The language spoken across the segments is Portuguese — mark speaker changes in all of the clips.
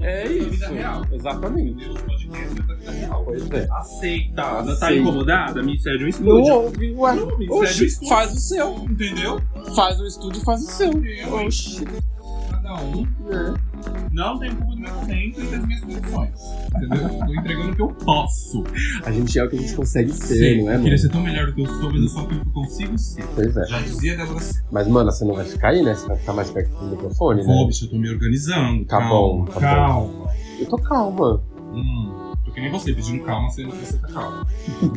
Speaker 1: É isso. Exatamente. Pois é.
Speaker 2: Aceita. Não tá
Speaker 1: Aceita.
Speaker 2: incomodada? Me cede um
Speaker 1: Não
Speaker 2: estúdio.
Speaker 1: ouve, ué.
Speaker 2: me cede um
Speaker 1: Oxi,
Speaker 2: estúdio.
Speaker 1: faz o seu.
Speaker 2: Entendeu?
Speaker 1: Faz o estúdio e faz o seu. Oxi.
Speaker 2: Cada um. Não tem culpa do meu tempo e das minhas condições. Entendeu? Tô entregando o que eu posso.
Speaker 1: A gente é o que a gente consegue ser, não é,
Speaker 2: eu
Speaker 1: mano?
Speaker 2: queria ser tão melhor do que eu sou, mas eu sou aquilo que eu consigo ser.
Speaker 1: Pois é.
Speaker 2: Já dizia dela assim.
Speaker 1: Mas, mano, você não vai ficar aí, né? Você vai ficar mais perto do microfone,
Speaker 2: Vou,
Speaker 1: né?
Speaker 2: bicho, eu tô me organizando.
Speaker 1: Tá
Speaker 2: calma,
Speaker 1: bom, tá
Speaker 2: calma.
Speaker 1: Eu tô calma.
Speaker 2: Hum, tô que nem você, pedindo calma, sendo que você tá calma. Hum,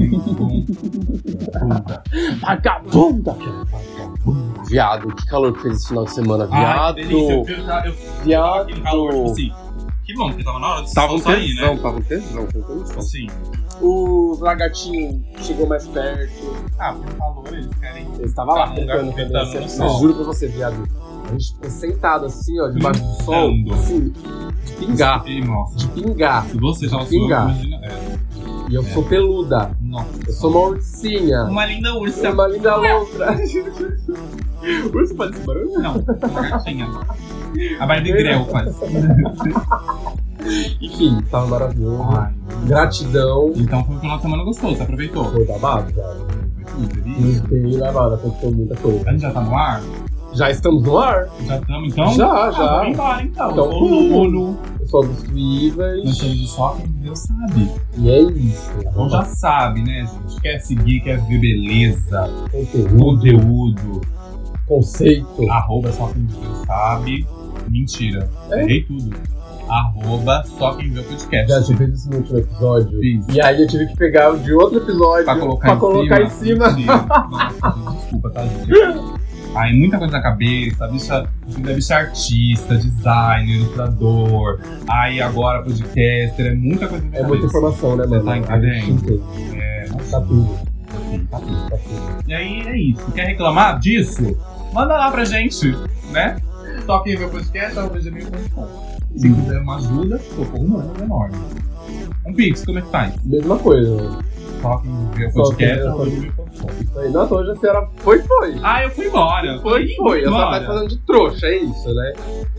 Speaker 2: Puta.
Speaker 1: Vagabunda! Viado, que calor que fez esse final de semana,
Speaker 2: Ai,
Speaker 1: viado!
Speaker 2: que delícia. Eu, eu, eu,
Speaker 1: viado!
Speaker 2: aqui no calor, tipo assim. Que bom, porque tava na hora de
Speaker 1: Tava um
Speaker 2: sol sair, né? Tipo
Speaker 1: tesão,
Speaker 2: assim,
Speaker 1: tava um tesão, tava um tesão.
Speaker 2: Sim.
Speaker 1: Os lagartinhos chegou mais perto,
Speaker 2: Ah, por calor eles querem.
Speaker 1: eles estavam lá
Speaker 2: Tava
Speaker 1: tentando
Speaker 2: tentando
Speaker 1: também.
Speaker 2: tá no
Speaker 1: assim,
Speaker 2: sol.
Speaker 1: Mas juro pra você, viado, a gente ficou sentado assim, ó, debaixo do sol,
Speaker 2: Brincando.
Speaker 1: assim, de pingar,
Speaker 2: Ei, nossa. tipo,
Speaker 1: de pingar.
Speaker 2: Se você já sou,
Speaker 1: Ah. Pinga.
Speaker 2: imagina. É,
Speaker 1: E eu sou peluda,
Speaker 2: nossa.
Speaker 1: eu sou uma ursinha,
Speaker 2: Uma linda ursa.
Speaker 1: uma linda lontra. Urso faz esse barulho?
Speaker 2: Não, uma gatinha. A é Barbie Grel faz.
Speaker 1: Enfim, tava maravilhoso.
Speaker 2: Ai,
Speaker 1: Gratidão.
Speaker 2: Então foi um final de semana gostoso, aproveitou.
Speaker 1: Foi babado, cara.
Speaker 2: Foi tudo, delícia.
Speaker 1: Não tem babado, aconteceu muita coisa.
Speaker 2: A gente já tá no ar?
Speaker 1: Já estamos no ar?
Speaker 2: Já estamos então?
Speaker 1: Já,
Speaker 2: Ah,
Speaker 1: já.
Speaker 2: Vamos embora então.
Speaker 1: Então,
Speaker 2: Todo mundo.
Speaker 1: Eu sou Augusto
Speaker 2: Nós
Speaker 1: Ivas.
Speaker 2: estamos de shopping, Deus sabe.
Speaker 1: E é isso.
Speaker 2: Ou Tá já sabe, né, gente? Quer seguir, quer ver beleza,
Speaker 1: Conteúdo,
Speaker 2: conteúdo,
Speaker 1: conceito.
Speaker 2: arroba só quem viu sabe. Mentira,
Speaker 1: É?
Speaker 2: errei tudo. Arroba só quem viu podcast.
Speaker 1: Já te fez isso no último episódio.
Speaker 2: Fiz.
Speaker 1: E aí eu tive que pegar o de outro episódio
Speaker 2: Pra colocar, em, cima.
Speaker 1: colocar em cima.
Speaker 2: Mentira. Nossa, gente, desculpa, tá, gente? Ai, muita coisa na cabeça, a bicha, a bicha é artista, designer, ilustrador, aí agora podcaster, é muita coisa na minha
Speaker 1: É muita
Speaker 2: cabeça.
Speaker 1: informação, né, mano?
Speaker 2: Você tá
Speaker 1: A gente
Speaker 2: entendendo?
Speaker 1: entende.
Speaker 2: É,
Speaker 1: Tá tudo.
Speaker 2: tá tudo.
Speaker 1: Tá tudo.
Speaker 2: E aí é isso. Quer reclamar disso? Manda lá pra gente, né? Só quem vê o podcast, arroba gmail.com. Se quiser uma ajuda, tô com um ano enorme. Um pix, como é que faz?
Speaker 1: Mesma coisa, mano.
Speaker 2: Só quem vê o
Speaker 1: Só quem vê
Speaker 2: podcast,
Speaker 1: o
Speaker 2: arroba gmail.com.
Speaker 1: Isso aí. é Nossa, hoje a senhora foi, foi.
Speaker 2: Ah, eu fui embora.
Speaker 1: Foi, foi. Ela tá
Speaker 2: embora.
Speaker 1: fazendo de trouxa, é isso, né?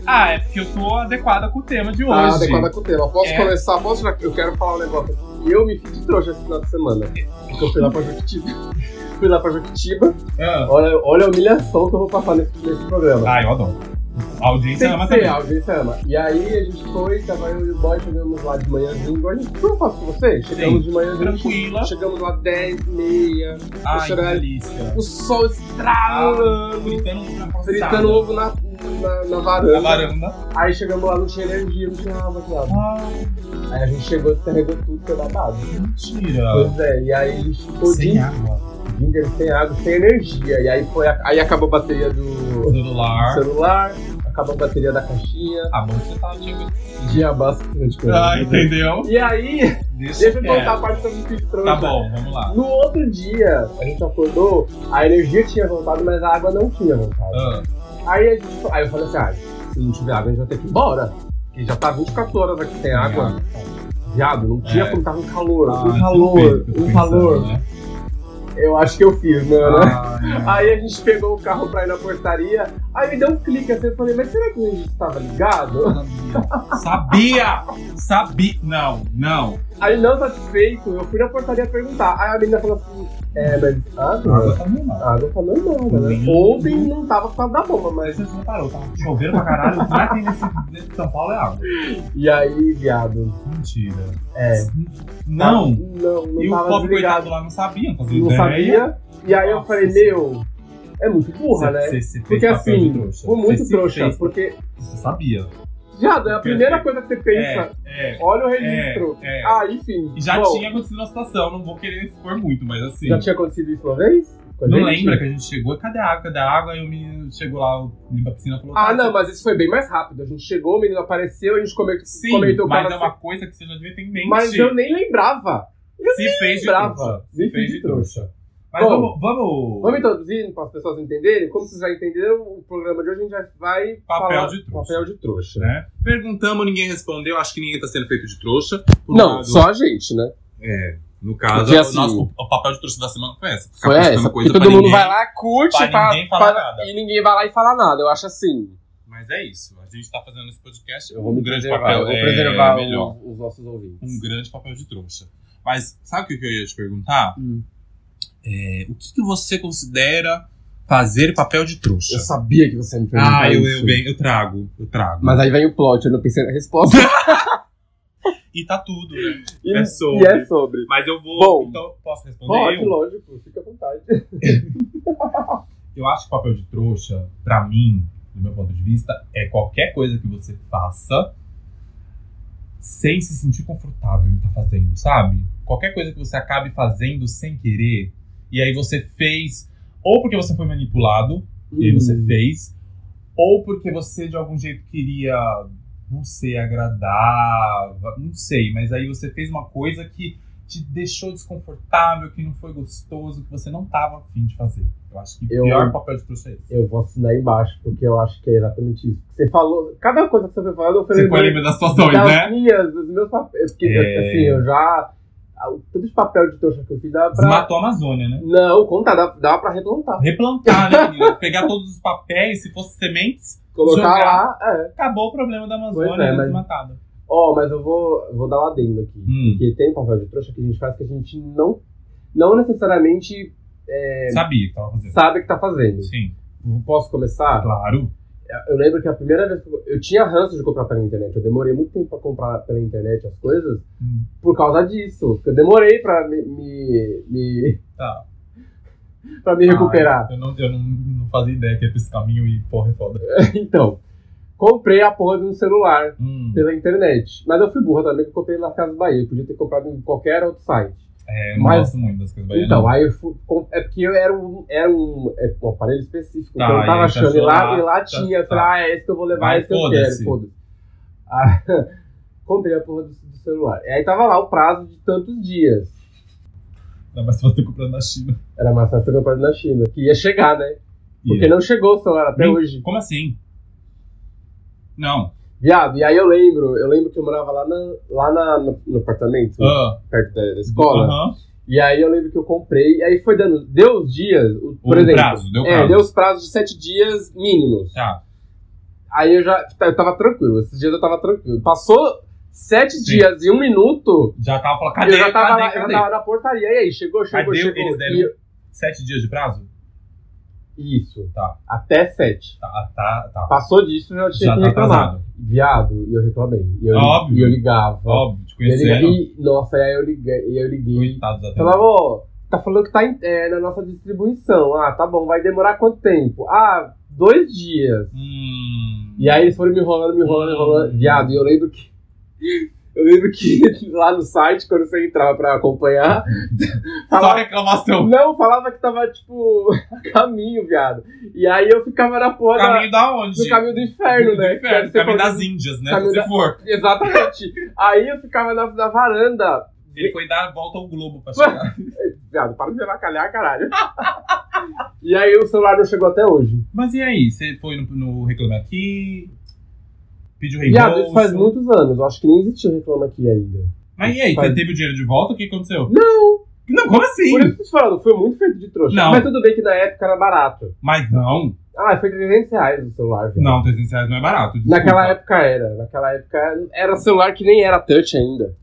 Speaker 2: Ah, é porque eu tô adequada com o tema de hoje.
Speaker 1: Tá adequada com o tema. Posso
Speaker 2: É.
Speaker 1: começar? Posso já? Eu quero falar um negócio aqui. Eu me fiz de trouxa esse final de semana. Porque eu fui lá pra Joquitiba. fui lá pra Joquitiba.
Speaker 2: Ah,
Speaker 1: Olha, olha a humilhação que eu vou passar nesse, nesse programa.
Speaker 2: Ah, eu adoro. A audiência
Speaker 1: Tem que
Speaker 2: ama
Speaker 1: ser,
Speaker 2: também.
Speaker 1: a audiência ama. E aí a gente foi, tava eu e o boy, chegamos lá de manhãzinho. Igual a gente foi, eu faço com você. Chegamos de manhãzinho.
Speaker 2: Tranquila.
Speaker 1: Chegamos lá 10, meia.
Speaker 2: Ai, que
Speaker 1: chorar.
Speaker 2: delícia.
Speaker 1: O sol
Speaker 2: Fritando ovo
Speaker 1: estralando.
Speaker 2: na
Speaker 1: Fritando ovo na, na, na varanda.
Speaker 2: Na varanda.
Speaker 1: Aí chegamos lá, não tinha energia, não tinha água, não tinha nada.
Speaker 2: Ai,
Speaker 1: Aí a gente chegou, descarregou tudo, foi babado.
Speaker 2: mentira.
Speaker 1: Pois é, e aí a gente ficou
Speaker 2: Sem
Speaker 1: de
Speaker 2: água.
Speaker 1: Ginger sem água, sem energia. E aí, foi a- aí acabou a bateria do
Speaker 2: do celular.
Speaker 1: celular, acabou a bateria da caixinha,
Speaker 2: Ah, bom, você tá amigo.
Speaker 1: tinha bastante coisa.
Speaker 2: Ah, entendeu?
Speaker 1: né? E aí, deixa eu contar a parte sobre o filtro.
Speaker 2: É. Tá bom, vamos lá.
Speaker 1: No outro dia, a gente acordou, a energia tinha voltado, mas a água não tinha voltado.
Speaker 2: Ah,
Speaker 1: Aí, a gente, aí eu falei assim, ah, se não tiver água, a gente vai ter que ir embora. Porque já tá 24 horas aqui sem água. Viado, não tinha
Speaker 2: É.
Speaker 1: como, tava um calor,
Speaker 2: Ah,
Speaker 1: um
Speaker 2: tudo
Speaker 1: calor,
Speaker 2: bem, eu tô
Speaker 1: um
Speaker 2: pensando,
Speaker 1: calor.
Speaker 2: né?
Speaker 1: Eu acho que eu fiz, mano.
Speaker 2: Ah,
Speaker 1: Aí a gente pegou o carro pra ir na portaria, aí me deu um clique assim, eu falei, mas será que o registro tava ligado?
Speaker 2: é. Sabia! Sabia! Não, não.
Speaker 1: Aí não satisfeito, eu fui na portaria perguntar. Aí a menina falou assim, é, mas a
Speaker 2: A água
Speaker 1: água,
Speaker 2: tá meio mal.
Speaker 1: a água tá normal, né?
Speaker 2: Uhum.
Speaker 1: Ontem não tava por causa da bomba, mas...
Speaker 2: Vocês repararam, tá chovendo pra caralho. O que tem nesse, nesse São Paulo é água.
Speaker 1: E aí, viado,
Speaker 2: Mentira.
Speaker 1: é...
Speaker 2: Não!
Speaker 1: tá- não, não
Speaker 2: E o
Speaker 1: tava
Speaker 2: pobre
Speaker 1: desligado,
Speaker 2: coitado lá não sabia, não fazia
Speaker 1: não
Speaker 2: ideia.
Speaker 1: sabia. E aí eu
Speaker 2: Nossa,
Speaker 1: falei,
Speaker 2: sim.
Speaker 1: meu, é muito burra, né?
Speaker 2: Você se fez
Speaker 1: Porque
Speaker 2: papel de
Speaker 1: assim,
Speaker 2: trouxa.
Speaker 1: foi
Speaker 2: Você
Speaker 1: muito
Speaker 2: se
Speaker 1: trouxa,
Speaker 2: fez-
Speaker 1: porque,
Speaker 2: Você sabia.
Speaker 1: viado, é a primeira coisa que você pensa,
Speaker 2: É, é,
Speaker 1: olha o registro.
Speaker 2: é.
Speaker 1: Ah, enfim.
Speaker 2: E já
Speaker 1: bom,
Speaker 2: tinha acontecido a situação, não vou querer expor muito, mas assim.
Speaker 1: Já tinha acontecido isso uma vez? Com a
Speaker 2: Não
Speaker 1: gente?
Speaker 2: lembra que a gente chegou, cadê a água, cadê a água? Aí o menino chegou lá, o limpa a piscina e falou.
Speaker 1: Ah,
Speaker 2: tá,
Speaker 1: não, mas isso foi bem mais rápido. A gente chegou, o menino apareceu, a gente comentou,
Speaker 2: tá Sim,
Speaker 1: comentou o
Speaker 2: mas
Speaker 1: cara. assim.
Speaker 2: é uma coisa que você já devia ter em mente.
Speaker 1: Mas eu nem lembrava.
Speaker 2: Se fez de trouxa.
Speaker 1: Lembrava. Me
Speaker 2: Se fez de trouxa. Mas
Speaker 1: Bom,
Speaker 2: vamos, vamos.
Speaker 1: Vamos então. introduzir para as pessoas entenderem? Como vocês já entenderam, o programa de hoje a gente já vai.
Speaker 2: Papel
Speaker 1: falar
Speaker 2: de trouxa.
Speaker 1: Papel de trouxa.
Speaker 2: né? Perguntamos, ninguém respondeu. Acho que ninguém tá sendo feito de trouxa. Por um
Speaker 1: Não,
Speaker 2: lado-
Speaker 1: só a gente, né?
Speaker 2: É. No caso,
Speaker 3: Porque, assim,
Speaker 2: o, nosso, o papel de trouxa da semana foi essa. Ficar
Speaker 3: Foi
Speaker 2: postando
Speaker 3: essa. Porque
Speaker 2: coisa
Speaker 3: todo
Speaker 2: pra
Speaker 3: mundo
Speaker 2: ninguém.
Speaker 3: vai lá, curte
Speaker 2: pra
Speaker 3: pra-
Speaker 2: ninguém falar
Speaker 3: pra-
Speaker 2: nada.
Speaker 3: e ninguém vai lá e fala nada. Eu acho assim.
Speaker 2: Mas é isso. A gente tá fazendo esse podcast.
Speaker 3: Eu vou me
Speaker 2: um grande
Speaker 3: preservar.
Speaker 2: papel.
Speaker 3: eu vou
Speaker 2: é,
Speaker 3: preservar o-
Speaker 2: melhor.
Speaker 3: os nossos ouvintes.
Speaker 2: Um grande papel de trouxa. Mas sabe o que eu ia te perguntar?
Speaker 3: Hum.
Speaker 2: É, o que, que você considera fazer papel de trouxa?
Speaker 3: Eu sabia que você ia me perguntar
Speaker 2: Ah, eu,
Speaker 3: isso.
Speaker 2: eu, bem, eu trago, eu trago.
Speaker 3: Mas aí vem o plot, eu não pensei na resposta.
Speaker 2: E tá tudo, né?
Speaker 3: E-
Speaker 2: É sobre.
Speaker 3: E é sobre.
Speaker 2: Mas eu vou.
Speaker 3: Bom.
Speaker 2: então, posso responder?
Speaker 3: Pode,
Speaker 2: eu?
Speaker 3: lógico, fica à vontade.
Speaker 2: Eu acho que o papel de trouxa, pra mim, do meu ponto de vista, é qualquer coisa que você faça sem se sentir confortável em estar fazendo, sabe? Qualquer coisa que você acabe fazendo sem querer, e aí você fez, ou porque você foi manipulado, e aí
Speaker 1: Uhum.
Speaker 2: você fez, ou porque você de algum jeito queria, não sei, agradar, não sei, mas aí você fez uma coisa que te deixou desconfortável, que não foi gostoso, que você não tava afim de fazer. Eu acho que o
Speaker 1: Eu-
Speaker 2: pior papel de trouxa é esse.
Speaker 1: Eu vou assinar embaixo, porque eu acho que é exatamente isso. Você falou. Cada coisa que você foi falando, eu falei.
Speaker 2: Você foi lembrando das situações,
Speaker 1: das
Speaker 2: né?
Speaker 1: minhas, dos meus papéis. Porque,
Speaker 2: É.
Speaker 1: assim, eu já. Todo esse papel de trouxa que eu fiz dava pra.
Speaker 2: Desmatou a Amazônia, né?
Speaker 1: Não, conta, dava, dava pra replantar.
Speaker 2: Replantar, né, menina? Pegar todos os papéis, se fosse sementes,
Speaker 1: Colocar
Speaker 2: Jogar.
Speaker 1: lá. É.
Speaker 2: acabou o problema da Amazônia
Speaker 1: Pois é,
Speaker 2: né,
Speaker 1: mas-
Speaker 2: desmatada.
Speaker 1: Ó, mas eu vou, vou dar um adendo aqui.
Speaker 2: Hum,
Speaker 1: Porque tem papel de trouxa que a gente faz que a gente não, não necessariamente
Speaker 2: sabia que tava fazendo.
Speaker 1: sabe o que tá fazendo.
Speaker 2: Sim,
Speaker 1: Posso começar?
Speaker 2: claro.
Speaker 1: Eu lembro que a primeira vez que eu, eu tinha ranço de comprar pela internet. Eu demorei muito tempo pra comprar pela internet as coisas
Speaker 2: Hum.
Speaker 1: por causa disso. Porque eu demorei pra me. me, me
Speaker 2: Tá.
Speaker 1: pra me recuperar.
Speaker 2: Ah, eu não, eu não, não fazia ideia que ia pra esse caminho e porra, é foda.
Speaker 1: Então, comprei a porra de um celular
Speaker 2: Hum,
Speaker 1: pela internet. Mas eu fui burra também, que eu comprei na Casa Bahia. Eu podia ter comprado em qualquer outro site.
Speaker 2: é, eu não
Speaker 1: mas-
Speaker 2: gosto muito das coisas baianas.
Speaker 1: Então, aí eu fui. com- É porque eu era um, era um, é um aparelho específico.
Speaker 2: Tá,
Speaker 1: que eu não
Speaker 2: e
Speaker 1: tava
Speaker 2: aí
Speaker 1: achando. E
Speaker 2: achou
Speaker 1: lá,
Speaker 2: lá,
Speaker 1: e lá
Speaker 2: tá,
Speaker 1: tinha. Eu
Speaker 2: tá.
Speaker 1: falei, ah, é esse que eu vou levar,
Speaker 2: Vai,
Speaker 1: esse que eu
Speaker 2: foda-se.
Speaker 1: quero. Foda-se. Ah, comprei a porra do, do celular. E aí tava lá o prazo de tantos dias.
Speaker 2: Não, mas se você comprando na China.
Speaker 1: Era mais fácil ter comprado na China. Que ia chegar, né? Porque
Speaker 2: Ia.
Speaker 1: não chegou o celular até
Speaker 2: Nem-
Speaker 1: hoje.
Speaker 2: Como assim? Não.
Speaker 1: Viado, e aí eu lembro, eu lembro que eu morava lá, na, lá na- no, no apartamento,
Speaker 2: Ah,
Speaker 1: perto da, da escola.
Speaker 2: aham.
Speaker 1: E aí eu lembro que eu comprei, e aí foi dando, deu os dias, o- por
Speaker 2: o
Speaker 1: exemplo.
Speaker 2: Um prazo, deu prazo.
Speaker 1: É, deu os prazos de sete dias mínimos.
Speaker 2: Tá.
Speaker 1: Aí eu já tá, eu tava tranquilo, esses dias eu tava tranquilo. Passou sete
Speaker 2: Sim.
Speaker 1: dias e um minuto,
Speaker 2: Já tava falando, cadê,
Speaker 1: eu já tava,
Speaker 2: cadê,
Speaker 1: lá, eu
Speaker 2: cadê?
Speaker 1: tava na portaria. E aí, chegou, chegou,
Speaker 2: Cadê?
Speaker 1: chegou.
Speaker 2: Eles deram
Speaker 1: E-
Speaker 2: Sete dias de prazo?
Speaker 1: Isso,
Speaker 2: Tá.
Speaker 1: até sete.
Speaker 2: Tá, tá, tá.
Speaker 1: Passou disso, eu já tinha
Speaker 2: Já
Speaker 1: que
Speaker 2: tá
Speaker 1: reclamar.
Speaker 2: atrasado.
Speaker 1: Viado, e eu reclamei. E eu,
Speaker 2: Óbvio.
Speaker 1: E eu ligava.
Speaker 2: Óbvio, é, te
Speaker 1: E eu ligava-
Speaker 2: conhecendo.
Speaker 1: e, nossa, aí eu liguei. E eu liguei.
Speaker 2: Coitados até.
Speaker 1: Falava, ó, tá falando que tá em- é, na nossa distribuição. Ah, tá bom, vai demorar quanto tempo? Ah, dois dias.
Speaker 2: Hum.
Speaker 1: E aí eles foram me enrolando, me enrolando, me enrolando.
Speaker 2: Hum.
Speaker 1: Viado, e eu lembro que. Eu lembro que lá no site, quando você entrava pra acompanhar,
Speaker 2: Só
Speaker 1: falava
Speaker 2: reclamação.
Speaker 1: Não, falava que tava, tipo, a caminho, viado. E aí eu ficava na porra da-
Speaker 2: Caminho da onde?
Speaker 1: no caminho do inferno,
Speaker 2: Do
Speaker 1: né?
Speaker 2: inferno,
Speaker 1: Quero ser
Speaker 2: Caminho
Speaker 1: por-
Speaker 2: das Índias, né?
Speaker 1: Caminho
Speaker 2: Se você
Speaker 1: da-
Speaker 2: for.
Speaker 1: Exatamente. aí eu ficava na, na varanda.
Speaker 2: Ele foi dar a volta ao globo pra chegar.
Speaker 1: Viado, para de me avacalhar, caralho. e aí o celular não chegou até hoje.
Speaker 2: Mas e aí? Você foi no, no Reclame Aqui? Pediu
Speaker 1: Viado, isso
Speaker 2: reembolso?
Speaker 1: faz muitos anos. Eu acho que nem existia o Reclama Aqui ainda.
Speaker 2: Mas e aí?
Speaker 1: faz-
Speaker 2: Você teve o dinheiro de volta? O que aconteceu? Não! Não, como assim?
Speaker 1: Por isso que eu tô te falando, foi muito feito de trouxa.
Speaker 2: Não.
Speaker 1: Mas tudo bem que na época era barato.
Speaker 2: Mas não.
Speaker 1: Ah, foi 300 reais o celular, viado.
Speaker 2: Não, 300 reais não é barato. desculpa.
Speaker 1: Naquela época era. Naquela época era um celular que nem era touch ainda.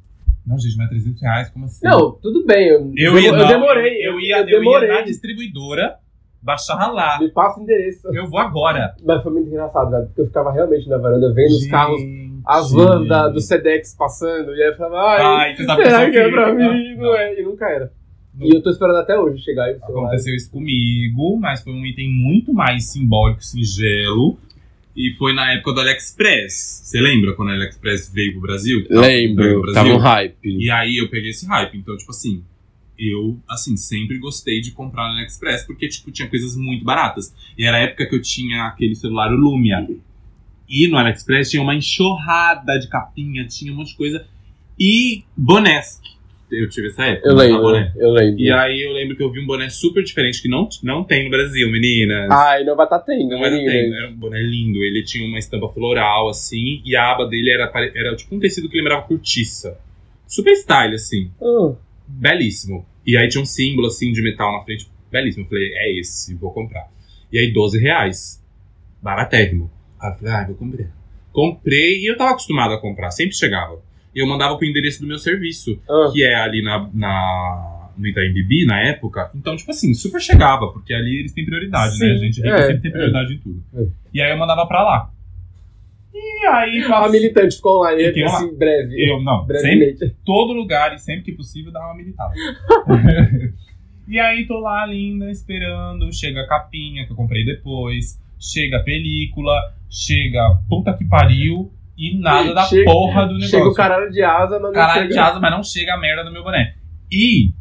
Speaker 2: Não, gente, mas 300 reais, como assim?
Speaker 1: Não, tudo bem. Eu,
Speaker 2: Eu ia,
Speaker 1: eu
Speaker 2: não,
Speaker 1: demorei.
Speaker 2: Eu, ia, eu
Speaker 1: demorei.
Speaker 2: ia na distribuidora, baixar lá.
Speaker 1: Me passa o endereço.
Speaker 2: Eu vou agora.
Speaker 1: Mas foi muito engraçado, velho, porque eu ficava realmente na varanda vendo os
Speaker 2: Gente.
Speaker 1: carros, as vans da- do Sedex passando, e aí eu falava, ai,
Speaker 2: Ai, você sabe que eu
Speaker 1: será
Speaker 2: sou
Speaker 1: que é
Speaker 2: filho?
Speaker 1: pra mim?
Speaker 2: Não,
Speaker 1: Não é, e nunca era.
Speaker 2: Não.
Speaker 1: E eu tô esperando até hoje chegar e falar.
Speaker 2: Aconteceu isso comigo, mas foi um item muito mais simbólico, singelo. E foi na época do AliExpress. Você lembra quando a AliExpress veio pro Brasil? Que tava veio pro Brasil?
Speaker 3: hype.
Speaker 2: E aí eu peguei esse hype. Então, tipo assim, eu, assim, sempre gostei de comprar no AliExpress, porque, tipo, tinha coisas muito baratas. E era a época que eu tinha aquele celular o Lumia. E no AliExpress tinha uma enxurrada de capinha, tinha um monte de coisa. E bonés. Eu tive essa época.
Speaker 3: Eu
Speaker 2: usava
Speaker 3: lembro,
Speaker 2: boné.
Speaker 3: eu lembro.
Speaker 2: né?
Speaker 1: Uhum.
Speaker 2: E aí eu lembro que eu vi um boné super diferente que não, não tem no Brasil, meninas.
Speaker 4: Ah,
Speaker 1: Ai, não
Speaker 4: tá
Speaker 1: vai estar tendo,
Speaker 4: né,
Speaker 2: Não era, tem,
Speaker 1: Ah, menina.
Speaker 2: era um boné lindo, ele tinha uma estampa floral, assim, e a aba dele era, pare- era tipo um tecido que lembrava cortiça. Super style, assim.
Speaker 1: Ah,
Speaker 2: belíssimo. E aí tinha um símbolo assim de metal na frente, belíssimo. Eu falei, é esse, vou comprar. E aí 12 reais, baratérrimo. Aí eu falei, ah, vou comprar. Comprei e eu tava acostumado a comprar, sempre chegava. E eu mandava pro endereço do meu serviço,
Speaker 4: Ah.
Speaker 2: que é ali na, na, no Itaim Bibi, na época. Então, tipo assim, super chegava, porque ali eles têm prioridade, né?
Speaker 4: Sim,
Speaker 2: A gente rica
Speaker 4: é,
Speaker 2: sempre tem
Speaker 4: é.
Speaker 2: prioridade em tudo.
Speaker 4: É.
Speaker 2: E aí eu mandava pra lá. E aí,
Speaker 4: A
Speaker 2: passou-
Speaker 4: militante ficou online,
Speaker 2: Fiquei
Speaker 4: assim, breve.
Speaker 2: eu não, sempre
Speaker 4: Brevemente.
Speaker 2: todo lugar e sempre que possível dar uma militada. e aí tô lá linda esperando, chega a capinha que eu comprei depois, chega a película, chega puta que pariu e nada da
Speaker 4: Chega-
Speaker 2: porra do negócio.
Speaker 4: Chega o caralho de asa, mas não
Speaker 2: Caralho
Speaker 4: chega.
Speaker 2: de asa, mas não chega a merda do meu boné. E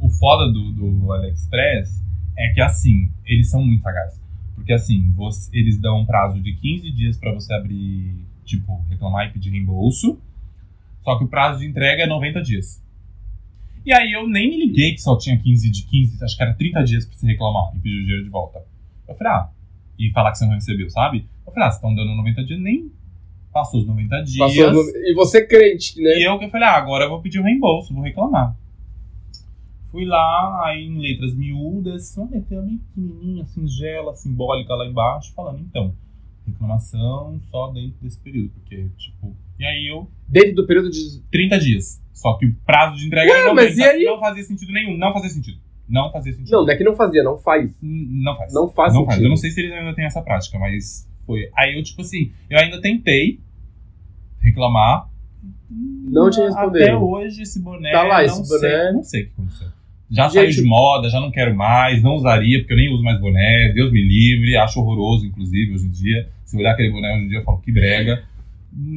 Speaker 2: o foda do, do AliExpress é que assim, eles são muito sagazes. Porque assim, você- eles dão um prazo de 15 dias pra você abrir, tipo, reclamar e pedir reembolso. Só que o prazo de entrega é 90 dias. E aí eu nem me liguei que só tinha 15 de 15, acho que era 30 dias pra você reclamar e pedir o dinheiro de volta. Eu falei, ah, e falar que você não recebeu, sabe? Eu falei, ah, vocês estão dando 90 dias, nem passou os 90 dias.
Speaker 1: Passou no- E
Speaker 4: é
Speaker 1: você crente, né?
Speaker 2: E eu que falei, ah, agora eu vou pedir o reembolso, vou reclamar. Fui lá, aí em letras miúdas, uma letra bem pequenininha, singela, simbólica lá embaixo, falando, então, reclamação só dentro desse período, porque, tipo... E aí eu,
Speaker 1: Dentro do período de.
Speaker 2: 30 dias, só que o prazo de entrega era 90,
Speaker 1: mas e aí?
Speaker 2: não fazia sentido nenhum, não fazia sentido, não fazia sentido.
Speaker 4: Não, não é que não fazia, não faz.
Speaker 2: N- Não faz.
Speaker 4: Não faz
Speaker 2: Não
Speaker 4: sentido.
Speaker 2: faz. Eu não sei se eles ainda têm essa prática, mas foi. Aí eu, tipo assim, eu ainda tentei reclamar.
Speaker 4: Não te responderam.
Speaker 2: Até hoje esse boné.
Speaker 4: Tá lá
Speaker 2: não
Speaker 4: esse boné.
Speaker 2: Sei, não sei o que aconteceu. Já
Speaker 4: Gente-
Speaker 2: saiu de moda, já não quero mais, não usaria, porque eu nem uso mais boné, Deus me livre, acho horroroso, inclusive, hoje em dia. Se eu olhar aquele boné hoje em dia, eu falo que brega.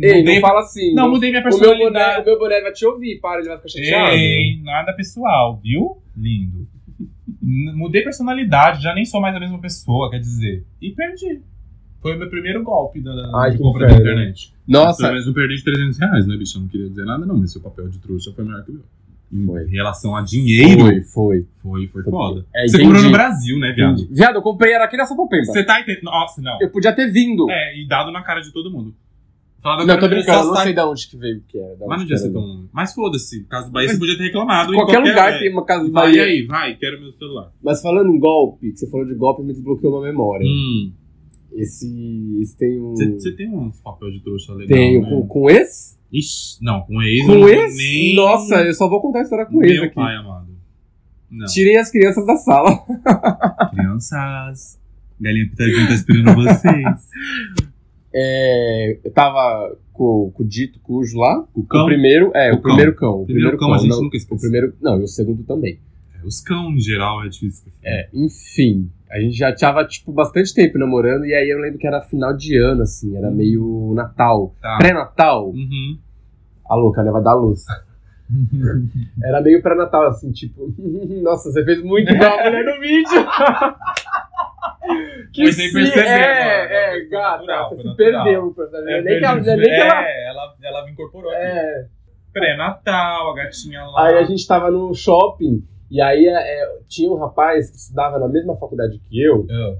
Speaker 4: Ei, não
Speaker 2: Mudei-
Speaker 4: fala assim.
Speaker 2: não, mudei minha
Speaker 4: o, meu boné,
Speaker 2: personalidade.
Speaker 4: o meu boné vai te ouvir, para, ele vai ficar chateado.
Speaker 2: Ei, nada pessoal, viu? Lindo. N- Mudei personalidade, já nem sou mais a mesma pessoa, quer dizer. E perdi. Foi o meu primeiro golpe da,
Speaker 4: Ai,
Speaker 2: de
Speaker 4: que
Speaker 2: compra da
Speaker 4: inferno.
Speaker 2: internet. Pelo
Speaker 1: Nossa,
Speaker 2: menos não perdi de 300 reais, né, bicho? Eu não queria dizer nada, não, mas seu papel de trouxa foi maior que o meu. Em
Speaker 1: Foi.
Speaker 2: relação a dinheiro, foi,
Speaker 1: foi, foi.
Speaker 2: foi,
Speaker 1: Foi.
Speaker 2: foda.
Speaker 1: É,
Speaker 2: Você
Speaker 1: entendi.
Speaker 2: comprou no Brasil, né, viado?
Speaker 1: Entendi. Viado, eu comprei era aqui nessa popemba.
Speaker 2: Você tá entendendo? Nossa, não.
Speaker 1: Eu podia ter vindo.
Speaker 2: É, e dado na cara de todo mundo. Falado
Speaker 1: Não, tô brincando, não sei de onde que veio que era. da
Speaker 2: tá- Mas
Speaker 1: onde
Speaker 2: não
Speaker 1: que
Speaker 2: devia
Speaker 1: era,
Speaker 2: ser
Speaker 1: não.
Speaker 2: tão. um- Mas foda-se, caso do Bahia, você podia ter reclamado. em
Speaker 1: Qualquer lugar
Speaker 2: é.
Speaker 1: tem uma casa de
Speaker 2: Vai
Speaker 1: Bahia.
Speaker 2: aí, vai, quero meu celular.
Speaker 1: Mas falando em golpe, que você falou de golpe, me desbloqueou uma memória.
Speaker 2: Hum.
Speaker 1: Esse, esse tem um.
Speaker 2: Você tem uns papel de trouxa legal,
Speaker 1: Tenho
Speaker 2: né?
Speaker 1: com, com esse?
Speaker 2: Ixi, não, com ex. eu
Speaker 1: Com
Speaker 2: não
Speaker 1: esse?
Speaker 2: Nem...
Speaker 1: Nossa, eu só vou contar a história com esse
Speaker 2: Meu
Speaker 1: aqui.
Speaker 2: pai amado. Não.
Speaker 1: Tirei as crianças da sala.
Speaker 2: Crianças, galinha pitadinha tá esperando vocês.
Speaker 1: É, eu tava com, com o dito cujo lá.
Speaker 2: O cão,
Speaker 1: O primeiro, é, o,
Speaker 2: O cão.
Speaker 1: primeiro cão. O
Speaker 2: primeiro cão, a gente
Speaker 1: não,
Speaker 2: nunca
Speaker 1: o
Speaker 2: esquece.
Speaker 1: primeiro, não, e o segundo também.
Speaker 2: É, Os cão, em geral, é difícil.
Speaker 1: É, enfim, a gente já tava, tipo, bastante tempo namorando, e aí eu lembro que era final de ano, assim,
Speaker 2: Hum.
Speaker 1: era meio Natal.
Speaker 2: Tá.
Speaker 1: Pré-Natal?
Speaker 2: Uhum.
Speaker 1: A louca, né? Vai dar luz. Era meio pré-natal, assim, tipo, nossa, você fez muito
Speaker 2: É,
Speaker 1: igual a mulher é no vídeo.
Speaker 2: Foi sem
Speaker 1: se-
Speaker 2: perceber, mano.
Speaker 1: É, é,
Speaker 2: Foi
Speaker 1: gata,
Speaker 2: natural,
Speaker 1: você
Speaker 2: foi
Speaker 1: se
Speaker 2: natural.
Speaker 1: perdeu. personagem.
Speaker 2: É,
Speaker 1: nem que ela,
Speaker 2: perdi-
Speaker 1: nem que ela...
Speaker 2: é, ela, ela me incorporou aqui.
Speaker 1: É.
Speaker 2: Pré-natal, a gatinha lá.
Speaker 1: Aí a gente tava no shopping, e aí é, é, tinha um rapaz que estudava na mesma faculdade que eu,
Speaker 2: Ah,